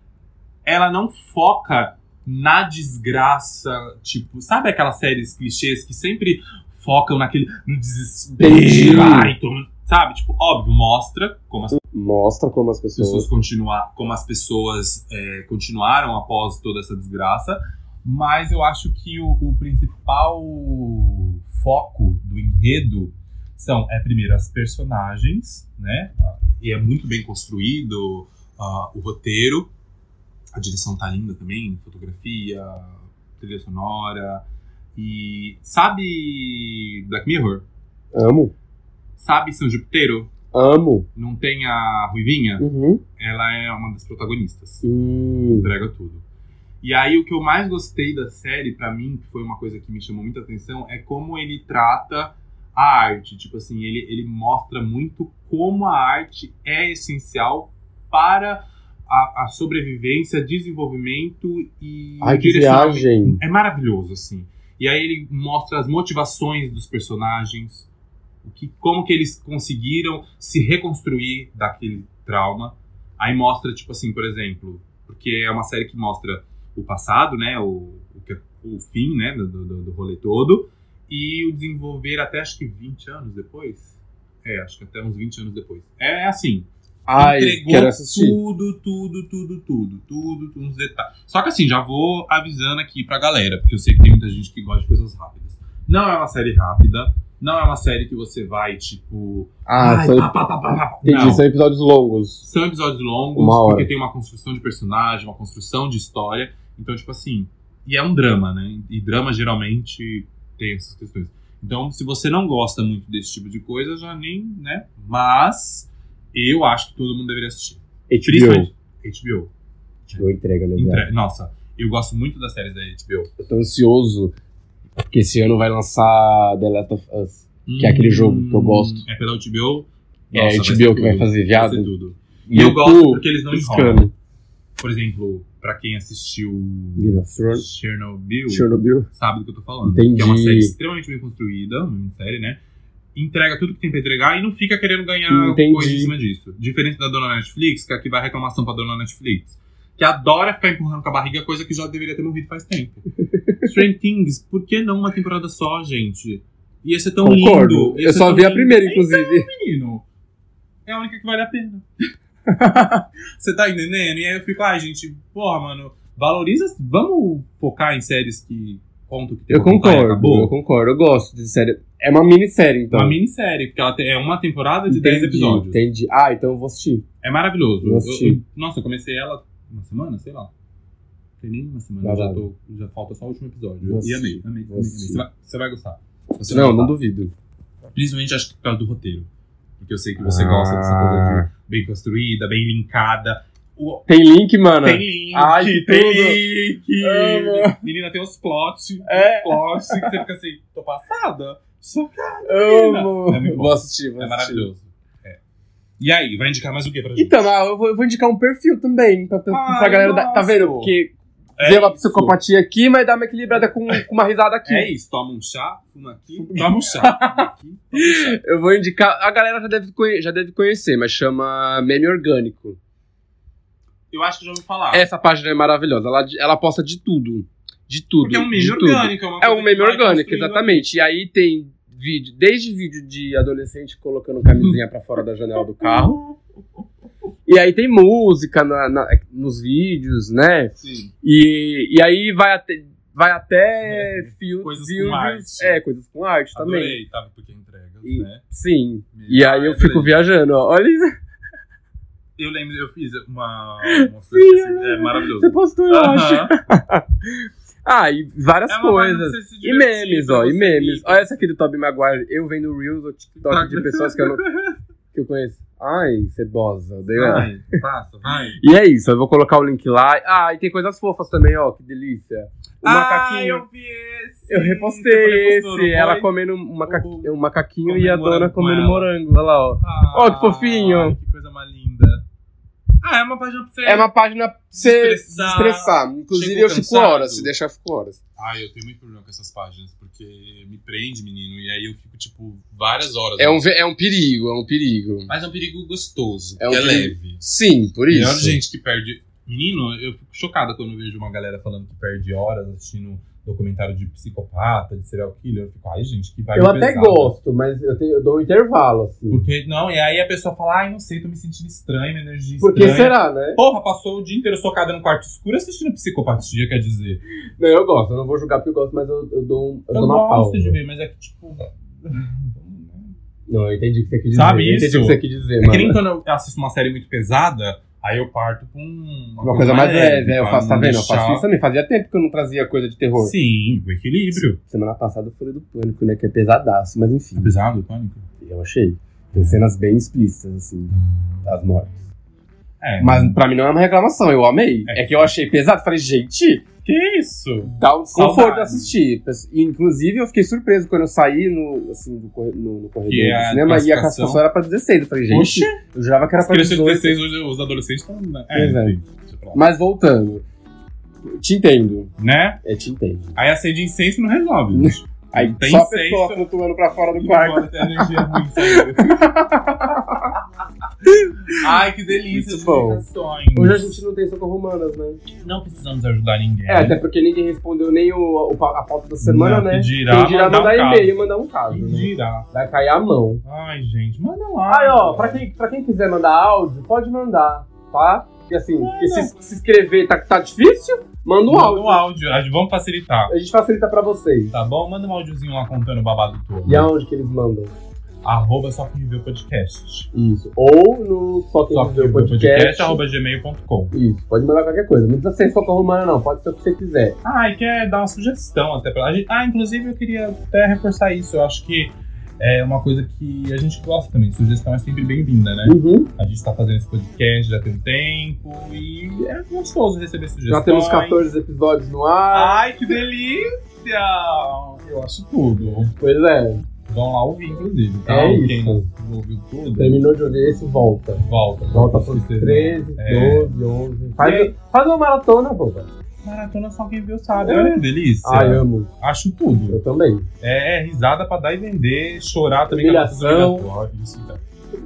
Speaker 2: ela não foca na desgraça, tipo, sabe aquelas séries clichês que sempre focam naquele no
Speaker 3: Entendi.
Speaker 2: desespero, ai, então, sabe? Tipo, óbvio, mostra como as
Speaker 3: Mostra como as
Speaker 2: as pessoas
Speaker 3: pessoas.
Speaker 2: continuar, como as pessoas é, continuaram após toda essa desgraça, mas eu acho que o, o principal foco do enredo são é primeiro as personagens, né? E é muito bem construído ah, o roteiro, a direção tá linda também, fotografia, trilha sonora e sabe Black Mirror,
Speaker 3: Amo.
Speaker 2: sabe São Jupiteiro?
Speaker 3: Amo.
Speaker 2: Não tem a Ruivinha?
Speaker 3: Uhum.
Speaker 2: Ela é uma das protagonistas
Speaker 3: Hum,
Speaker 2: entrega tudo. E aí o que eu mais gostei da série, pra mim, que foi uma coisa que me chamou muita atenção, é como ele trata a arte. Tipo assim, ele, ele mostra muito como a arte é essencial para a, a sobrevivência, desenvolvimento e
Speaker 3: Ai, que
Speaker 2: direcionamento.
Speaker 3: viagem.
Speaker 2: É maravilhoso, assim. E aí ele mostra as motivações dos personagens, o que, como que eles conseguiram se reconstruir daquele trauma. Aí mostra, tipo assim, por exemplo, porque é uma série que mostra o passado, né, o, o, que- o fim, né, do, do, do rolê todo, e o desenvolver até acho que 20 anos depois. É, acho que até uns 20 anos depois. É assim,
Speaker 3: Ai,
Speaker 2: entregou
Speaker 3: quero assistir.
Speaker 2: tudo, tudo, tudo, tudo, tudo, tudo, uns detalhes. Só que assim, já vou avisando aqui pra galera, porque eu sei que tem muita gente que gosta de coisas rápidas. Não é uma série rápida, não é uma série que você vai, tipo.
Speaker 3: Ah,
Speaker 2: ai,
Speaker 3: são,
Speaker 2: pá, pá, pá, pá, pá.
Speaker 3: entendi,
Speaker 2: Não.
Speaker 3: são episódios longos.
Speaker 2: São episódios longos,
Speaker 3: Uma hora.
Speaker 2: porque tem uma construção de personagem, uma construção de história. Então, tipo assim, e é um drama, né? E drama geralmente tem essas questões. Então, se você não gosta muito desse tipo de coisa, já nem, né? Mas eu acho que todo mundo deveria assistir.
Speaker 3: HBO.
Speaker 2: Principalmente HBO.
Speaker 3: HBO entrega, né? viado?
Speaker 2: Entre- Nossa, eu gosto muito das séries da HBO.
Speaker 3: Eu tô ansioso. Porque esse ano vai lançar The Last of Us. Que é aquele jogo que eu gosto.
Speaker 2: É pela HBO.
Speaker 3: é
Speaker 2: Nossa,
Speaker 3: a
Speaker 2: ser
Speaker 3: HBO que vai fazer
Speaker 2: tudo. Vai ser
Speaker 3: viado.
Speaker 2: tudo.
Speaker 3: E
Speaker 2: eu
Speaker 3: eu
Speaker 2: gosto
Speaker 3: tô
Speaker 2: porque eles não enrolam.
Speaker 3: piscando.
Speaker 2: Por exemplo, Pra quem assistiu
Speaker 1: Game of Thrones.
Speaker 2: Chernobyl,
Speaker 1: Chernobyl.
Speaker 2: sabe do que eu tô falando.
Speaker 1: Entendi.
Speaker 2: Que é uma série extremamente bem construída, uma minissérie, né? Entrega tudo que tem pra entregar e não fica querendo ganhar
Speaker 1: Entendi.
Speaker 2: coisa em cima disso. Diferente da dona Netflix, que aqui vai a reclamação pra dona Netflix. Que adora ficar empurrando com a barriga, coisa que já deveria ter morrido faz tempo. Stranger Things, por que não uma temporada só, gente? Ia ser tão
Speaker 1: Concordo.
Speaker 2: lindo. ia
Speaker 1: Eu
Speaker 2: ser
Speaker 1: só
Speaker 2: tão
Speaker 1: vi a
Speaker 2: lindo.
Speaker 1: primeira,
Speaker 2: Então,
Speaker 1: inclusive.
Speaker 2: menino. É a única que vale a pena. Você tá entendendo? E aí eu fico, ai, gente, porra, mano, valoriza. Vamos focar em séries que contam o que tem
Speaker 1: Eu
Speaker 2: pra contar e
Speaker 1: concordo, eu
Speaker 2: Acabou.
Speaker 1: concordo. Eu gosto de série. É uma minissérie, então.
Speaker 2: Uma minissérie, porque ela tem- é uma temporada de 10
Speaker 1: Entendi,
Speaker 2: episódios.
Speaker 1: Entendi. Ah, então eu vou assistir.
Speaker 2: É maravilhoso.
Speaker 1: Eu assisti.
Speaker 2: Eu- eu- nossa, eu comecei ela uma semana, sei lá. Tem nem uma semana, eu já,
Speaker 1: Babado.
Speaker 2: tô, já falta só o último episódio.
Speaker 1: Vou
Speaker 2: E
Speaker 1: assistir.
Speaker 2: amei, amei, amei.
Speaker 1: Vou
Speaker 2: amei.
Speaker 1: assistir.
Speaker 2: Você vai, você vai gostar. Você vai
Speaker 1: Não,
Speaker 2: gostar.
Speaker 1: não duvido.
Speaker 2: Principalmente acho que por causa do roteiro. Porque eu sei que você
Speaker 1: Ah.
Speaker 2: gosta dessa coisa de bem construída, bem linkada. O-
Speaker 1: Tem link, mano?
Speaker 2: tem link,
Speaker 1: Né. Ai, que
Speaker 2: tem
Speaker 1: tudo.
Speaker 2: link.
Speaker 1: Amo.
Speaker 2: Menina, tem os plots,
Speaker 1: É.
Speaker 2: os plots que você fica assim, tô passada. Só que
Speaker 1: Amo.
Speaker 2: É muito bom.
Speaker 1: vou assistir, vou
Speaker 2: é
Speaker 1: assistir.
Speaker 2: maravilhoso. É. E aí, vai indicar mais o que pra gente?
Speaker 1: assim. Então, ah, eu vou, eu vou indicar um perfil também pra, pra-
Speaker 2: Ai,
Speaker 1: pra galera. Da, tá
Speaker 2: Ah, nossa.
Speaker 1: vendo? Porque
Speaker 2: É
Speaker 1: deu uma
Speaker 2: isso.
Speaker 1: psicopatia aqui, mas dá uma equilibrada com, com uma risada aqui.
Speaker 2: É isso, toma um chá, fuma aqui, toma um chá. fuma aqui.
Speaker 1: Eu vou indicar. A galera já deve, conhe- já deve conhecer, mas chama Meme Orgânico.
Speaker 2: Eu acho que já ouvi falar.
Speaker 1: Essa página é maravilhosa. Ela, ela posta de tudo. De tudo.
Speaker 2: Porque é um
Speaker 1: de
Speaker 2: meme
Speaker 1: tudo.
Speaker 2: orgânico. É, uma
Speaker 1: É
Speaker 2: coisa
Speaker 1: um meme
Speaker 2: que vai
Speaker 1: orgânico,
Speaker 2: construindo
Speaker 1: exatamente. E aí tem vídeo, desde vídeo de adolescente colocando camisinha pra fora da janela do carro. E aí tem música na- na- nos vídeos, né?
Speaker 2: Sim.
Speaker 1: E, e aí vai até. Vai até fio-
Speaker 2: Coisas com
Speaker 1: vídeos-
Speaker 2: arte.
Speaker 1: É, coisas com arte também.
Speaker 2: Adorei, Ah, é tá? Porque entrega,
Speaker 1: E-
Speaker 2: né?
Speaker 1: Sim. E aí eu
Speaker 2: Adorei.
Speaker 1: fico viajando, ó. Olha isso.
Speaker 2: Eu lembro, eu fiz uma. uma coisa assim, é maravilhoso.
Speaker 1: Você tá postou, eu acho.
Speaker 2: Aham.
Speaker 1: Ah, e várias
Speaker 2: É uma maneira
Speaker 1: coisas.
Speaker 2: de você se
Speaker 1: E
Speaker 2: divertir,
Speaker 1: memes,
Speaker 2: pra
Speaker 1: ó, e
Speaker 2: você
Speaker 1: memes.
Speaker 2: rir.
Speaker 1: Olha essa aqui do Toby Maguire. Eu vendo Reels ou TikTok de pessoas que eu, não, que eu conheço. Ai, cebosa. odeio ela.
Speaker 2: Vai, passa, vai.
Speaker 1: E é isso, eu vou colocar o link lá. Ah, e tem coisas fofas também, ó, que delícia. O
Speaker 2: Ah,
Speaker 1: macaquinho.
Speaker 2: eu vi esse.
Speaker 1: Eu repostei
Speaker 2: Você
Speaker 1: esse.
Speaker 2: postou, não
Speaker 1: Ela
Speaker 2: foi?
Speaker 1: comendo um, maca-
Speaker 2: O-
Speaker 1: um macaquinho
Speaker 2: comendo
Speaker 1: e a dona
Speaker 2: morango com
Speaker 1: comendo
Speaker 2: ela.
Speaker 1: morango. Olha lá, ó.
Speaker 2: Ah,
Speaker 1: Ó, que fofinho.
Speaker 2: Que coisa mais linda. Ah, é uma página pra você.
Speaker 1: É uma página pra você se
Speaker 2: Desestressar.
Speaker 1: estressar. Inclusive,
Speaker 2: Chegou
Speaker 1: eu fico
Speaker 2: cansado.
Speaker 1: horas. Se deixar, eu fico horas.
Speaker 2: Ah, eu tenho muito problema com essas páginas, porque me prende, menino, e aí eu fico, tipo, várias horas.
Speaker 1: É um, ve- é um perigo, é um perigo.
Speaker 2: Mas é um perigo gostoso,
Speaker 1: É
Speaker 2: é,
Speaker 1: um
Speaker 2: é
Speaker 1: perigo.
Speaker 2: leve.
Speaker 1: Sim, por
Speaker 2: Melhor
Speaker 1: isso.
Speaker 2: gente que perde. Menino, eu fico chocada quando eu vejo uma galera falando que perde horas assistindo documentário de psicopata, de serial killer. Eu fico, ai, gente, que vai
Speaker 7: Eu até gosto, mas eu, tenho- eu dou um intervalo, assim.
Speaker 2: Porque, não, e aí a pessoa fala, ai, não sei, tô me sentindo estranha, minha energia
Speaker 7: Por que
Speaker 2: estranha.
Speaker 7: será, né?
Speaker 2: Porra, passou o dia inteiro socada no quarto escuro assistindo psicopatia, quer dizer.
Speaker 7: Não, eu gosto, eu não vou julgar porque eu gosto, mas eu, eu dou, um, eu
Speaker 2: Eu,
Speaker 7: dou uma
Speaker 2: gosto
Speaker 7: pausa.
Speaker 2: de ver, mas é que, tipo.
Speaker 7: Não, eu entendi o que você quis dizer.
Speaker 2: Sabe
Speaker 7: eu entendi
Speaker 2: isso?
Speaker 7: o que você quis dizer,
Speaker 2: É que
Speaker 7: mano.
Speaker 2: nem quando eu assisto uma série muito pesada, aí eu parto com uma,
Speaker 1: Uma coisa mais leve, né? Eu
Speaker 2: pra
Speaker 1: faço, tá
Speaker 2: não
Speaker 1: vendo? Eu
Speaker 2: deixar-
Speaker 1: faço isso também. Fazia tempo que eu não trazia coisa de terror.
Speaker 2: Sim, o equilíbrio.
Speaker 1: Semana passada foi do pânico, né? Que é pesadaço, mas enfim,
Speaker 2: Pesado, pânico.
Speaker 1: eu achei. Tem cenas bem explícitas, assim, das mortes.
Speaker 2: É.
Speaker 1: Mas pra mim não é uma reclamação, eu amei. É, que eu achei pesado. Falei, gente,
Speaker 2: Que isso?
Speaker 1: dá um desconforto
Speaker 2: Saudade.
Speaker 1: de assistir. E, inclusive, eu fiquei surpreso quando eu saí no, assim, do corre- no, no corredor
Speaker 2: Que é
Speaker 1: do
Speaker 2: a
Speaker 1: cinema e a
Speaker 2: classificação-
Speaker 1: classificação era pra 16. Eu falei, gente,
Speaker 2: Oxe.
Speaker 1: eu jurava que era
Speaker 2: As
Speaker 1: pra
Speaker 2: crianças de
Speaker 1: 18.
Speaker 2: 16 hoje, os adolescentes estão. É,
Speaker 1: Pois é.
Speaker 2: enfim, deixa pra lá.
Speaker 1: Mas voltando, te entendo.
Speaker 2: Né?
Speaker 1: É, te entendo.
Speaker 2: Aí acende incenso e não resolve. gente.
Speaker 1: Aí
Speaker 2: Não tem
Speaker 1: só a
Speaker 2: incenso.
Speaker 1: pessoa flutuando pra fora do
Speaker 2: E
Speaker 1: quarto.
Speaker 2: agora tem a energia ruim, sabe? Ai, que delícia.
Speaker 1: Muito bom.
Speaker 2: as indicações.
Speaker 7: Hoje a gente não tem socorro humanas, né?
Speaker 2: não precisamos ajudar ninguém.
Speaker 7: É, até porque ninguém respondeu nem o, o pa- a pauta da semana,
Speaker 2: Não,
Speaker 7: né?
Speaker 2: que dirá
Speaker 7: Quem dirá
Speaker 2: mandar um
Speaker 7: mandar
Speaker 2: caso.
Speaker 7: e-mail, mandar um caso, né?
Speaker 2: Mentira.
Speaker 7: Vai cair a mão.
Speaker 2: Ai, gente, manda um lá.
Speaker 7: Aí, ó, pra quem, pra quem quiser mandar áudio, pode mandar, tá? Porque assim,
Speaker 2: Manda.
Speaker 7: porque se, se inscrever tá, tá difícil, manda um
Speaker 2: Manda
Speaker 7: áudio.
Speaker 2: um áudio. a gente- Vamos facilitar.
Speaker 7: A gente facilita pra vocês.
Speaker 2: Tá bom? Manda um áudiozinho lá contando o babado todo.
Speaker 7: E é um aonde que eles mandam?
Speaker 2: Arroba só quem vê o podcast.
Speaker 7: Isso. Ou no Só Quem
Speaker 2: Só quem
Speaker 7: Viveu
Speaker 2: vê o
Speaker 7: podcast.
Speaker 2: podcast, arroba gmail.com.
Speaker 7: Isso, pode mandar qualquer coisa. Não precisa ser socorro humana, não. Pode ser o que você quiser.
Speaker 2: Ah, e quer dar uma sugestão até pra a gente. Ah, inclusive eu queria até reforçar isso. Eu acho que é uma coisa que a gente gosta também. Sugestão é sempre bem-vinda, né?
Speaker 7: Uhum.
Speaker 2: A gente tá fazendo esse podcast já tem um tempo e é gostoso receber sugestões.
Speaker 7: Já temos 14
Speaker 2: Ah.
Speaker 7: episódios no ar.
Speaker 2: Ai, que delícia! Eu acho tudo.
Speaker 7: Pois é.
Speaker 2: vão lá ouvir, inclusive. Então,
Speaker 1: É
Speaker 2: quem
Speaker 1: isso.
Speaker 2: não ouviu tudo,
Speaker 1: Terminou de ouvir esse, volta.
Speaker 2: volta.
Speaker 1: Volta
Speaker 2: pro
Speaker 1: por 13,
Speaker 2: É.
Speaker 1: 12, 11.
Speaker 2: E
Speaker 1: Faz, faz uma maratona, boba.
Speaker 2: Maratona só quem viu sabe.
Speaker 1: É.
Speaker 2: Olha que delícia.
Speaker 1: Ai, amo.
Speaker 2: Acho tudo.
Speaker 1: Eu também.
Speaker 2: É, é risada pra dar e vender, chorar também. que é uma coisa
Speaker 1: Humilhação.
Speaker 2: obrigatória, isso, tá.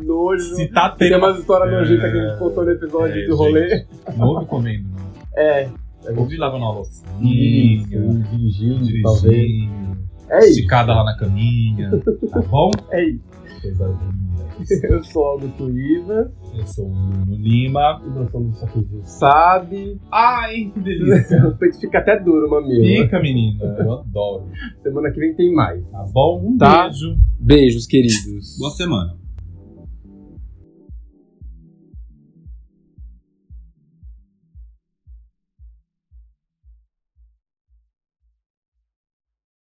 Speaker 1: Nojo.
Speaker 2: Se tá
Speaker 1: Tem
Speaker 2: tendo.
Speaker 1: umas histórias
Speaker 2: É.
Speaker 1: nojentas que a gente contou no episódio
Speaker 2: É,
Speaker 1: do rolê.
Speaker 2: Não ouve comendo, né? não.
Speaker 1: É.
Speaker 2: Ouve lavando a loucinha,
Speaker 1: Dirigindo, um dirigindo, talvez.
Speaker 2: dirigindo,
Speaker 1: É isso.
Speaker 2: esticada lá na caminha, tá bom?
Speaker 1: É isso.
Speaker 2: Coisa linda.
Speaker 1: Eu sou o Augusto Iva.
Speaker 2: Eu sou o Nuno Lima.
Speaker 1: E nós somos só quem viu sabe.
Speaker 2: Ai, que delícia.
Speaker 1: O peito fica até duro, mamilo. né?
Speaker 2: Fica, menina. Eu adoro.
Speaker 1: Semana que vem tem mais.
Speaker 2: Tá bom? Um
Speaker 3: Tá.
Speaker 2: beijo.
Speaker 3: Beijos, queridos.
Speaker 2: Boa semana.